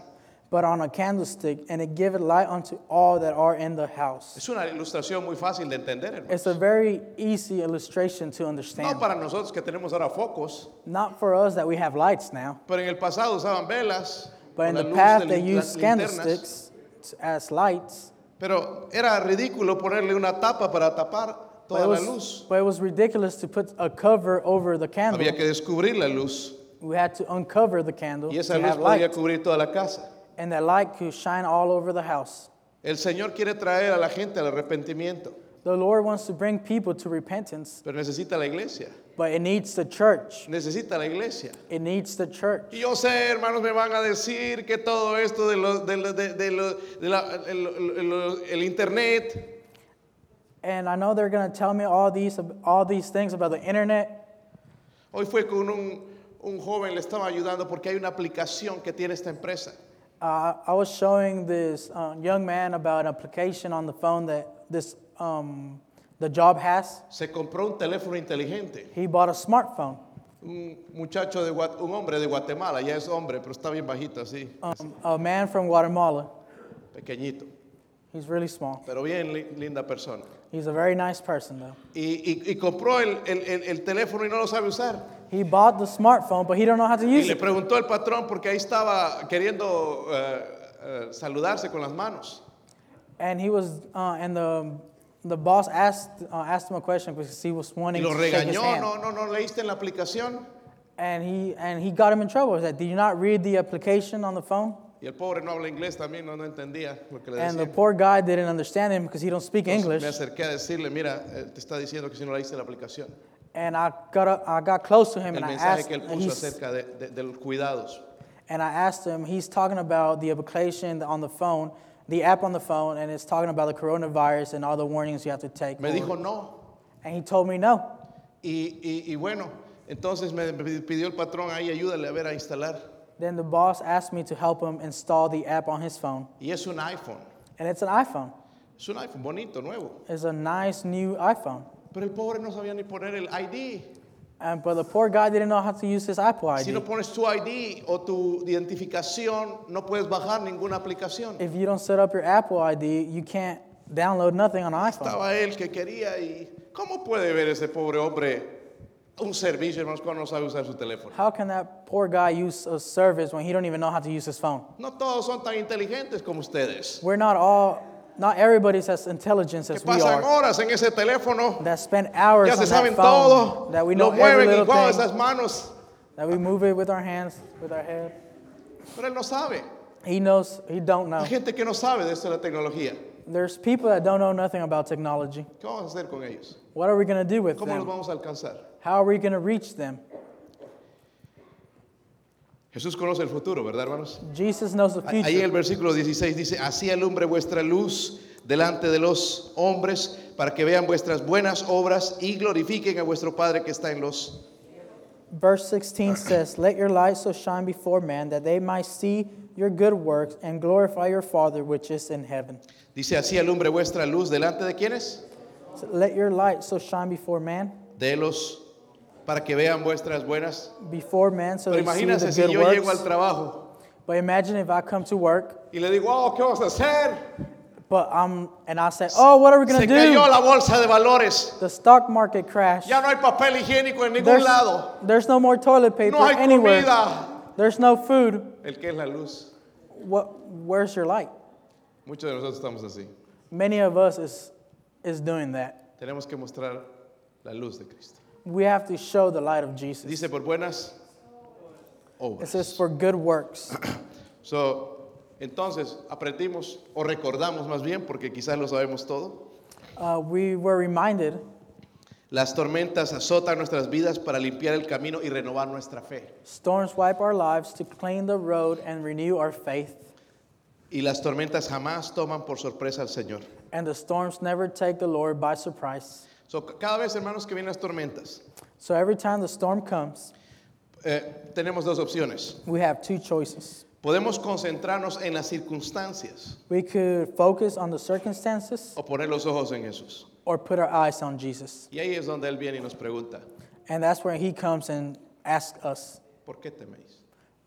[SPEAKER 2] but on a candlestick, and it giveth light unto all that are in the house.
[SPEAKER 1] Es una ilustración muy fácil de entender, hermano.
[SPEAKER 2] It's a very easy illustration to understand.
[SPEAKER 1] No para nosotros que tenemos ahora focos,
[SPEAKER 2] Not for us that we have lights now,
[SPEAKER 1] pero en el pasado usaban velas,
[SPEAKER 2] but in
[SPEAKER 1] con la
[SPEAKER 2] the
[SPEAKER 1] luz
[SPEAKER 2] past
[SPEAKER 1] de
[SPEAKER 2] they
[SPEAKER 1] lin- las
[SPEAKER 2] used
[SPEAKER 1] linternas.
[SPEAKER 2] candlesticks t- as lights.
[SPEAKER 1] Pero era ridículo ponerle una tapa para tapar
[SPEAKER 2] But
[SPEAKER 1] toda
[SPEAKER 2] it,
[SPEAKER 1] la
[SPEAKER 2] was,
[SPEAKER 1] luz.
[SPEAKER 2] but it was ridiculous to put a cover over the candle.
[SPEAKER 1] Había que descubrir la luz.
[SPEAKER 2] We had to uncover the candle
[SPEAKER 1] Y esa
[SPEAKER 2] to
[SPEAKER 1] luz
[SPEAKER 2] have light,
[SPEAKER 1] podría cubrir toda la casa.
[SPEAKER 2] and that light could shine all over the house.
[SPEAKER 1] El Señor quiere traer a la gente al arrepentimiento,
[SPEAKER 2] The Lord wants to bring people to repentance,
[SPEAKER 1] pero necesita la iglesia.
[SPEAKER 2] but it needs the church.
[SPEAKER 1] Necesita la iglesia.
[SPEAKER 2] It needs the church.
[SPEAKER 1] Y yo sé, hermanos, me van a decir que todo esto de lo- de lo- de- de lo- de la- el, el- el- el internet,
[SPEAKER 2] And I know they're going to tell me all these all these things about the internet.
[SPEAKER 1] hoy fue con un, un joven, le estaba ayudando porque hay una aplicación que tiene esta empresa.
[SPEAKER 2] Uh, I was showing this uh, young man about an application on the phone that this um, the job has.
[SPEAKER 1] Se compró un teléfono inteligente,
[SPEAKER 2] He bought a smartphone.
[SPEAKER 1] un muchacho de Gua- un hombre de Guatemala, ya es hombre, pero está bien bajito así,
[SPEAKER 2] Um, a man from Guatemala.
[SPEAKER 1] pequeñito,
[SPEAKER 2] He's really small.
[SPEAKER 1] pero bien li- linda persona.
[SPEAKER 2] He's a very nice person though.
[SPEAKER 1] Y, y- y compró el, el- el- el teléfono y no lo sabe usar.
[SPEAKER 2] He bought the smartphone, but he don't know how to
[SPEAKER 1] Y
[SPEAKER 2] use
[SPEAKER 1] le
[SPEAKER 2] it.
[SPEAKER 1] preguntó al patrón porque ahí estaba queriendo eh, eh, saludarse con las manos.
[SPEAKER 2] And he was uh, and the the boss asked uh, asked him a question because he was
[SPEAKER 1] Y
[SPEAKER 2] wanting
[SPEAKER 1] lo
[SPEAKER 2] to shake his
[SPEAKER 1] regañó,
[SPEAKER 2] hand.
[SPEAKER 1] no, no, no leíste en la aplicación.
[SPEAKER 2] And he and he got him in trouble. He said, "Did you not read the application on the phone?"
[SPEAKER 1] Y el pobre no habla inglés también, no, no entendía lo que le
[SPEAKER 2] And the
[SPEAKER 1] decía.
[SPEAKER 2] poor guy didn't understand him because he don't speak
[SPEAKER 1] Entonces, Me
[SPEAKER 2] English.
[SPEAKER 1] acerqué a decirle, mira, eh, te está diciendo que si no leíste la aplicación.
[SPEAKER 2] And I got up, I got close to him
[SPEAKER 1] El
[SPEAKER 2] and I
[SPEAKER 1] mensaje
[SPEAKER 2] asked
[SPEAKER 1] que él
[SPEAKER 2] and,
[SPEAKER 1] puso
[SPEAKER 2] he's,
[SPEAKER 1] acerca de, de- de los cuidados.
[SPEAKER 2] and I asked him. He's talking about the application on the phone, the app on the phone, and it's talking about the coronavirus and all the warnings you have to take.
[SPEAKER 1] Me
[SPEAKER 2] for-
[SPEAKER 1] dijo no.
[SPEAKER 2] and he told me no.
[SPEAKER 1] Y, y- y bueno, entonces me pidió el patrón ahí, ayúdale a ver a instalar.
[SPEAKER 2] Then the boss asked me to help him install the app on his phone,
[SPEAKER 1] Y es un iPhone.
[SPEAKER 2] and it's an iPhone.
[SPEAKER 1] Es un iPhone bonito, nuevo.
[SPEAKER 2] It's a nice new iPhone.
[SPEAKER 1] Pero el pobre no sabía ni poner el ID.
[SPEAKER 2] And, but the poor guy didn't know how to use his Apple ID.
[SPEAKER 1] Si no pones tu ID o tu identificación, no puedes bajar ninguna aplicación.
[SPEAKER 2] If you don't set up your Apple ID, you can't download nothing on an iPhone.
[SPEAKER 1] Estaba él que quería y ¿cómo puede ver ese pobre hombre un servicio, hermanos, cuando no sabe usar su teléfono?
[SPEAKER 2] How can that poor guy use a service when he don't even know how to use his phone?
[SPEAKER 1] No todos son tan inteligentes como ustedes.
[SPEAKER 2] We're not all, not everybody's as intelligent
[SPEAKER 1] Que
[SPEAKER 2] as we
[SPEAKER 1] pasan
[SPEAKER 2] are.
[SPEAKER 1] horas en ese teléfono,
[SPEAKER 2] That spend hours
[SPEAKER 1] ya
[SPEAKER 2] on
[SPEAKER 1] se
[SPEAKER 2] that
[SPEAKER 1] saben
[SPEAKER 2] phone.
[SPEAKER 1] todo,
[SPEAKER 2] That we know
[SPEAKER 1] lo
[SPEAKER 2] every
[SPEAKER 1] mueven y
[SPEAKER 2] little
[SPEAKER 1] wow,
[SPEAKER 2] thing.
[SPEAKER 1] esas manos.
[SPEAKER 2] That we move it with our hands, with our head.
[SPEAKER 1] Pero él no sabe.
[SPEAKER 2] He knows. He don't know.
[SPEAKER 1] Hay gente que no sabe de esto de la tecnología.
[SPEAKER 2] There's people that don't know nothing about technology.
[SPEAKER 1] ¿Qué vamos a hacer con ellos?
[SPEAKER 2] What are we going to do with
[SPEAKER 1] ¿Cómo los
[SPEAKER 2] them?
[SPEAKER 1] vamos a alcanzar?
[SPEAKER 2] How are we going to reach them?
[SPEAKER 1] Jesús conoce el futuro, ¿verdad, hermanos?
[SPEAKER 2] Jesus knows the
[SPEAKER 1] Ahí en
[SPEAKER 2] future.
[SPEAKER 1] el versículo 16 dice, así alumbre vuestra luz delante de los hombres para que vean vuestras buenas obras y glorifiquen a vuestro Padre que está en los...
[SPEAKER 2] Verse 16 says, Let your light so shine before men that they might see your good works and glorify your Father which is in heaven.
[SPEAKER 1] Dice, así alumbre vuestra luz delante de quiénes?
[SPEAKER 2] So let your light so shine before man,
[SPEAKER 1] De los... para que vean vuestras buenas...
[SPEAKER 2] before man, so
[SPEAKER 1] Pero
[SPEAKER 2] they see the
[SPEAKER 1] imagínense si
[SPEAKER 2] good
[SPEAKER 1] yo llego al
[SPEAKER 2] works.
[SPEAKER 1] trabajo
[SPEAKER 2] But imagine if I come to work,
[SPEAKER 1] y le digo, oh, ¿qué vas a hacer?
[SPEAKER 2] but I'm and I say, Oh, what are we gonna
[SPEAKER 1] Se cayó
[SPEAKER 2] do?
[SPEAKER 1] la bolsa de valores.
[SPEAKER 2] The stock market crashed.
[SPEAKER 1] Ya no hay papel higiénico en ningún
[SPEAKER 2] There's,
[SPEAKER 1] lado.
[SPEAKER 2] there's no more toilet paper
[SPEAKER 1] No hay
[SPEAKER 2] anywhere.
[SPEAKER 1] comida.
[SPEAKER 2] There's no food.
[SPEAKER 1] El que es la luz.
[SPEAKER 2] What? Where's your light?
[SPEAKER 1] Muchos de nosotros estamos así.
[SPEAKER 2] Many of us is is doing that.
[SPEAKER 1] Tenemos que mostrar la luz de Cristo.
[SPEAKER 2] We have to show the light of Jesus.
[SPEAKER 1] Dice por buenas
[SPEAKER 2] It
[SPEAKER 1] obras.
[SPEAKER 2] says for good works.
[SPEAKER 1] So, entonces, aprendimos o recordamos más bien, porque quizás lo sabemos todo.
[SPEAKER 2] Uh, we were reminded
[SPEAKER 1] Las tormentas azotan nuestras vidas para limpiar el camino y renovar nuestra fe.
[SPEAKER 2] storms wipe our lives to clean the road and renew our faith,
[SPEAKER 1] Y las tormentas jamás toman por sorpresa al Señor.
[SPEAKER 2] and the storms never take the Lord by surprise.
[SPEAKER 1] So, c- cada vez, hermanos, que vienen las tormentas,
[SPEAKER 2] So every time the storm comes,
[SPEAKER 1] eh, tenemos dos opciones.
[SPEAKER 2] we have two choices.
[SPEAKER 1] Podemos concentrarnos en las circunstancias
[SPEAKER 2] We could focus on the circumstances
[SPEAKER 1] o poner los ojos en Jesús.
[SPEAKER 2] or put our eyes on Jesus.
[SPEAKER 1] Y ahí es donde Él viene y nos pregunta,
[SPEAKER 2] And that's where he comes and asks us,
[SPEAKER 1] ¿por qué teméis?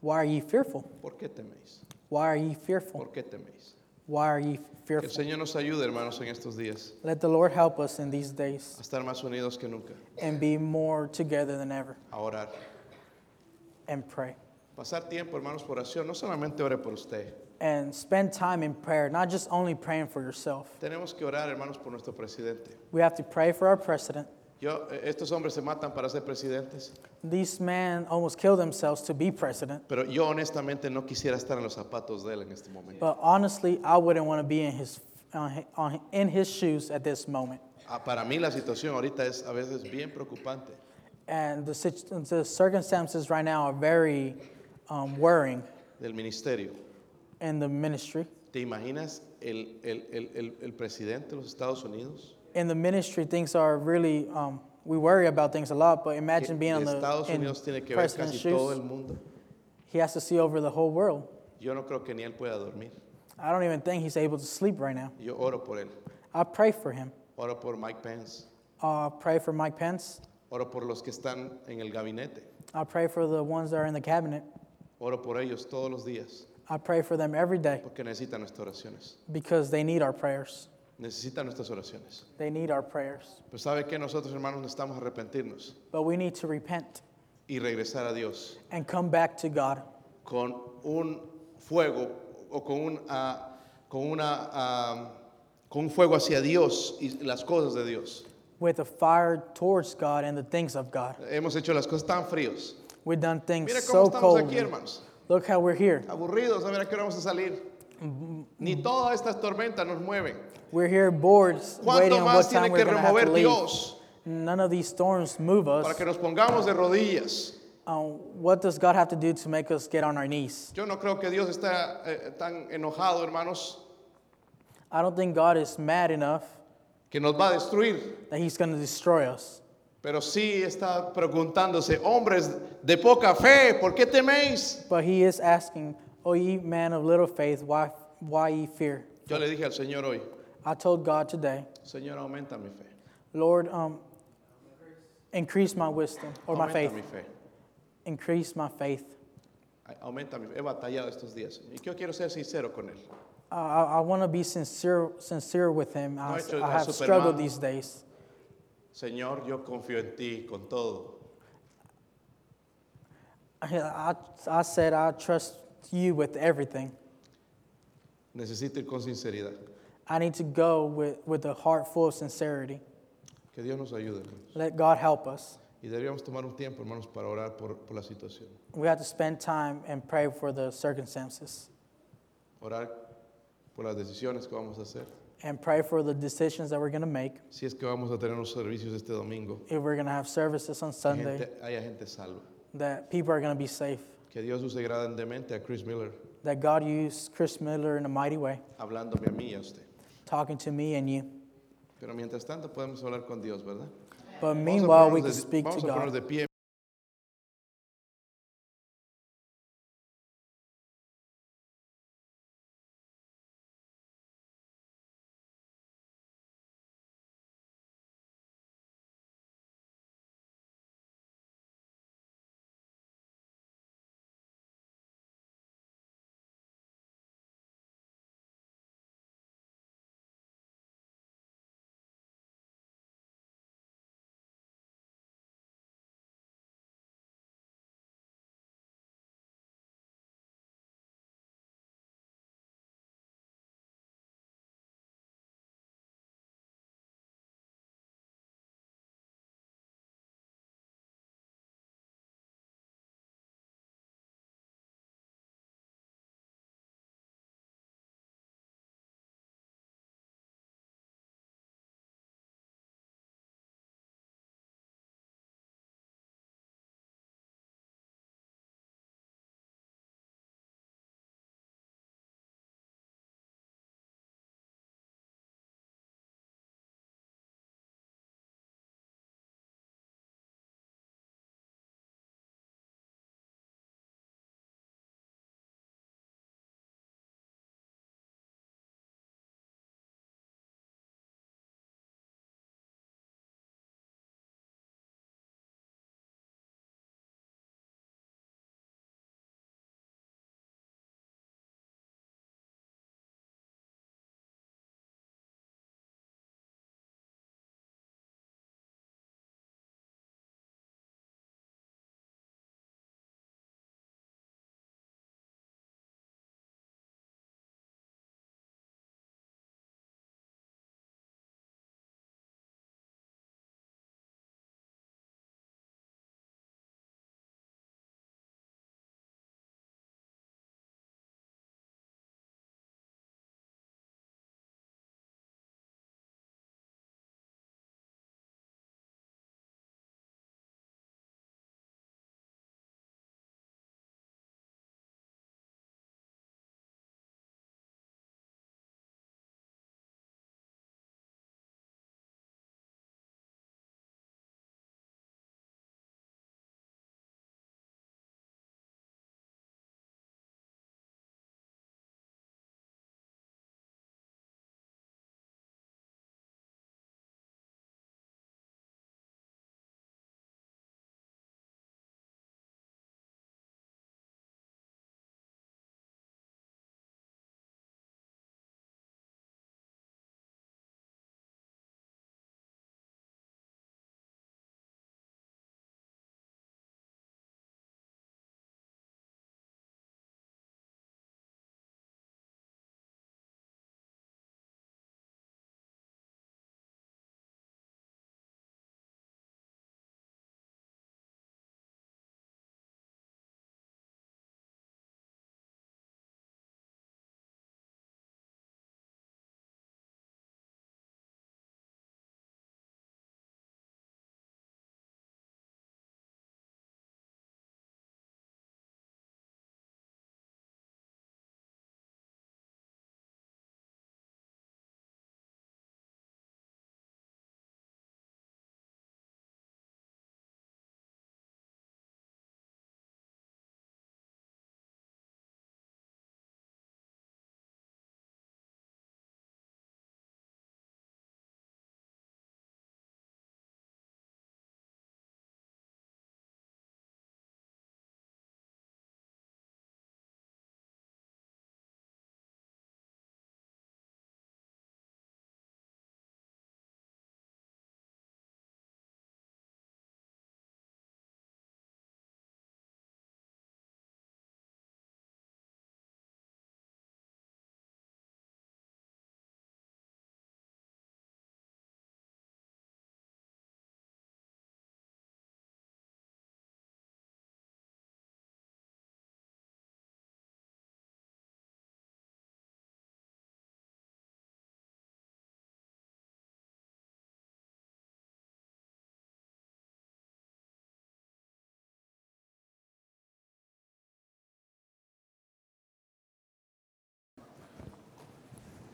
[SPEAKER 2] Why are ye fearful?
[SPEAKER 1] ¿Por qué teméis?
[SPEAKER 2] Why are ye fearful?
[SPEAKER 1] ¿Por qué teméis?
[SPEAKER 2] Why are ye
[SPEAKER 1] Que el
[SPEAKER 2] fearful?
[SPEAKER 1] Señor nos ayude, hermanos, en estos días
[SPEAKER 2] Let the Lord help us in these days
[SPEAKER 1] a estar más unidos que nunca,
[SPEAKER 2] and be more together than ever
[SPEAKER 1] a orar.
[SPEAKER 2] and pray.
[SPEAKER 1] Pasar tiempo, hermanos, por oración. No solamente ore por usted.
[SPEAKER 2] and spend time in prayer, not just only praying for yourself.
[SPEAKER 1] Tenemos que orar, hermanos, por nuestro presidente.
[SPEAKER 2] We have to pray for our president.
[SPEAKER 1] Yo, eh, estos hombres se matan para ser presidentes,
[SPEAKER 2] These men almost killed themselves to be president,
[SPEAKER 1] pero yo honestamente no quisiera estar en los zapatos de él en este momento.
[SPEAKER 2] but honestly, I wouldn't want to be in his, on, on, in his shoes at this moment.
[SPEAKER 1] Ah, para mí la situación ahorita es a veces bien preocupante.
[SPEAKER 2] And the, sit- the circumstances right now are very um, worrying
[SPEAKER 1] del ministerio.
[SPEAKER 2] in the ministry.
[SPEAKER 1] ¿Te imaginas el, el- el- el- el presidente de los Estados Unidos?
[SPEAKER 2] In the ministry, things are really, um, we worry about things a lot, but
[SPEAKER 1] Que
[SPEAKER 2] imagine being on
[SPEAKER 1] de Estados
[SPEAKER 2] the
[SPEAKER 1] Unidos
[SPEAKER 2] in
[SPEAKER 1] tiene que ver
[SPEAKER 2] president's
[SPEAKER 1] casi todo
[SPEAKER 2] shoes.
[SPEAKER 1] el mundo.
[SPEAKER 2] He has to see over the whole world.
[SPEAKER 1] Yo no creo que ni él pueda dormir.
[SPEAKER 2] I don't even think he's able to sleep right now.
[SPEAKER 1] Yo oro por él,
[SPEAKER 2] I pray for him.
[SPEAKER 1] oro por Mike Pence,
[SPEAKER 2] I pray for Mike Pence.
[SPEAKER 1] oro por los que están en el gabinete,
[SPEAKER 2] I pray for the ones that are in the cabinet.
[SPEAKER 1] oro por ellos todos los días,
[SPEAKER 2] I pray for them every day
[SPEAKER 1] porque necesitan nuestras oraciones,
[SPEAKER 2] because they need our prayers.
[SPEAKER 1] necesitan nuestras oraciones.
[SPEAKER 2] They need our prayers.
[SPEAKER 1] Pero sabe que nosotros hermanos necesitamos arrepentirnos
[SPEAKER 2] But we need to repent
[SPEAKER 1] y regresar a Dios
[SPEAKER 2] and come back to God
[SPEAKER 1] con un fuego o con, un, ah, con, una, ah, con un fuego hacia Dios y las cosas de Dios.
[SPEAKER 2] with a fire towards God and the things of God.
[SPEAKER 1] Hemos hecho las cosas tan fríos.
[SPEAKER 2] We've done things
[SPEAKER 1] Mira cómo
[SPEAKER 2] so
[SPEAKER 1] estamos
[SPEAKER 2] cold.
[SPEAKER 1] aquí, hermanos.
[SPEAKER 2] Look how we're here.
[SPEAKER 1] Aburridos, a ver a qué hora vamos a salir.
[SPEAKER 2] Mm-hmm.
[SPEAKER 1] Ni todas estas tormentas nos mueven.
[SPEAKER 2] We're here bored, waiting
[SPEAKER 1] ¿Cuánto
[SPEAKER 2] on what
[SPEAKER 1] más
[SPEAKER 2] time
[SPEAKER 1] tiene
[SPEAKER 2] we're
[SPEAKER 1] que
[SPEAKER 2] going to have to
[SPEAKER 1] remover
[SPEAKER 2] leave.
[SPEAKER 1] Dios
[SPEAKER 2] None of these storms move
[SPEAKER 1] para
[SPEAKER 2] us.
[SPEAKER 1] que nos pongamos de rodillas?
[SPEAKER 2] Um, what does God have to do to make us get on our knees?
[SPEAKER 1] Yo no creo que Dios está eh, tan enojado, hermanos,
[SPEAKER 2] I don't think God is mad enough
[SPEAKER 1] que nos va a destruir.
[SPEAKER 2] that He's going to destroy us.
[SPEAKER 1] Pero sí está preguntándose, hombres de poca fe, ¿por qué teméis?
[SPEAKER 2] But he is asking, O ye man of little faith, why, why ye fear?
[SPEAKER 1] Yo le dije al Señor hoy,
[SPEAKER 2] I told God today,
[SPEAKER 1] Señor, aumenta mi fe.
[SPEAKER 2] Lord, um, increase my wisdom or my
[SPEAKER 1] aumenta
[SPEAKER 2] faith.
[SPEAKER 1] mi fe.
[SPEAKER 2] Increase my faith.
[SPEAKER 1] Ay, Aumenta mi fe. He batallado estos días. Señor. Y yo quiero ser sincero con Él.
[SPEAKER 2] I, I, I want to be sincere, sincere with him. I,
[SPEAKER 1] No, yo-
[SPEAKER 2] I
[SPEAKER 1] a
[SPEAKER 2] have
[SPEAKER 1] Superman.
[SPEAKER 2] struggled these days.
[SPEAKER 1] Señor, yo confío en ti con todo.
[SPEAKER 2] I, I, I said, I trust you with everything.
[SPEAKER 1] Necesito ir con sinceridad.
[SPEAKER 2] I need to go with, with a heart full of sincerity.
[SPEAKER 1] Que Dios nos ayude, hermanos.
[SPEAKER 2] Let God help us.
[SPEAKER 1] Y deberíamos tomar un tiempo, hermanos, para orar por, por la situación.
[SPEAKER 2] We have to spend time and pray for the circumstances
[SPEAKER 1] Orar por las decisiones que vamos a hacer.
[SPEAKER 2] and pray for the decisions that we're going to make.
[SPEAKER 1] Si es que vamos a tener los servicios este domingo.
[SPEAKER 2] if we're going to have services on
[SPEAKER 1] que
[SPEAKER 2] Sunday,
[SPEAKER 1] gente- haya gente salva.
[SPEAKER 2] that people are going to be safe.
[SPEAKER 1] Que Dios use grandemente a Chris Miller,
[SPEAKER 2] that God used Chris Miller in a mighty way,
[SPEAKER 1] hablándome a mí y a usted.
[SPEAKER 2] talking to me and you.
[SPEAKER 1] Pero mientras tanto podemos hablar con Dios, ¿verdad?
[SPEAKER 2] But
[SPEAKER 1] Vamos a
[SPEAKER 2] meanwhile, we can
[SPEAKER 1] ponernos de-
[SPEAKER 2] speak to
[SPEAKER 1] vamos a ponernos
[SPEAKER 2] God.
[SPEAKER 1] de pie.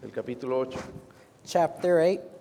[SPEAKER 1] el capítulo 8.
[SPEAKER 2] chapter 8.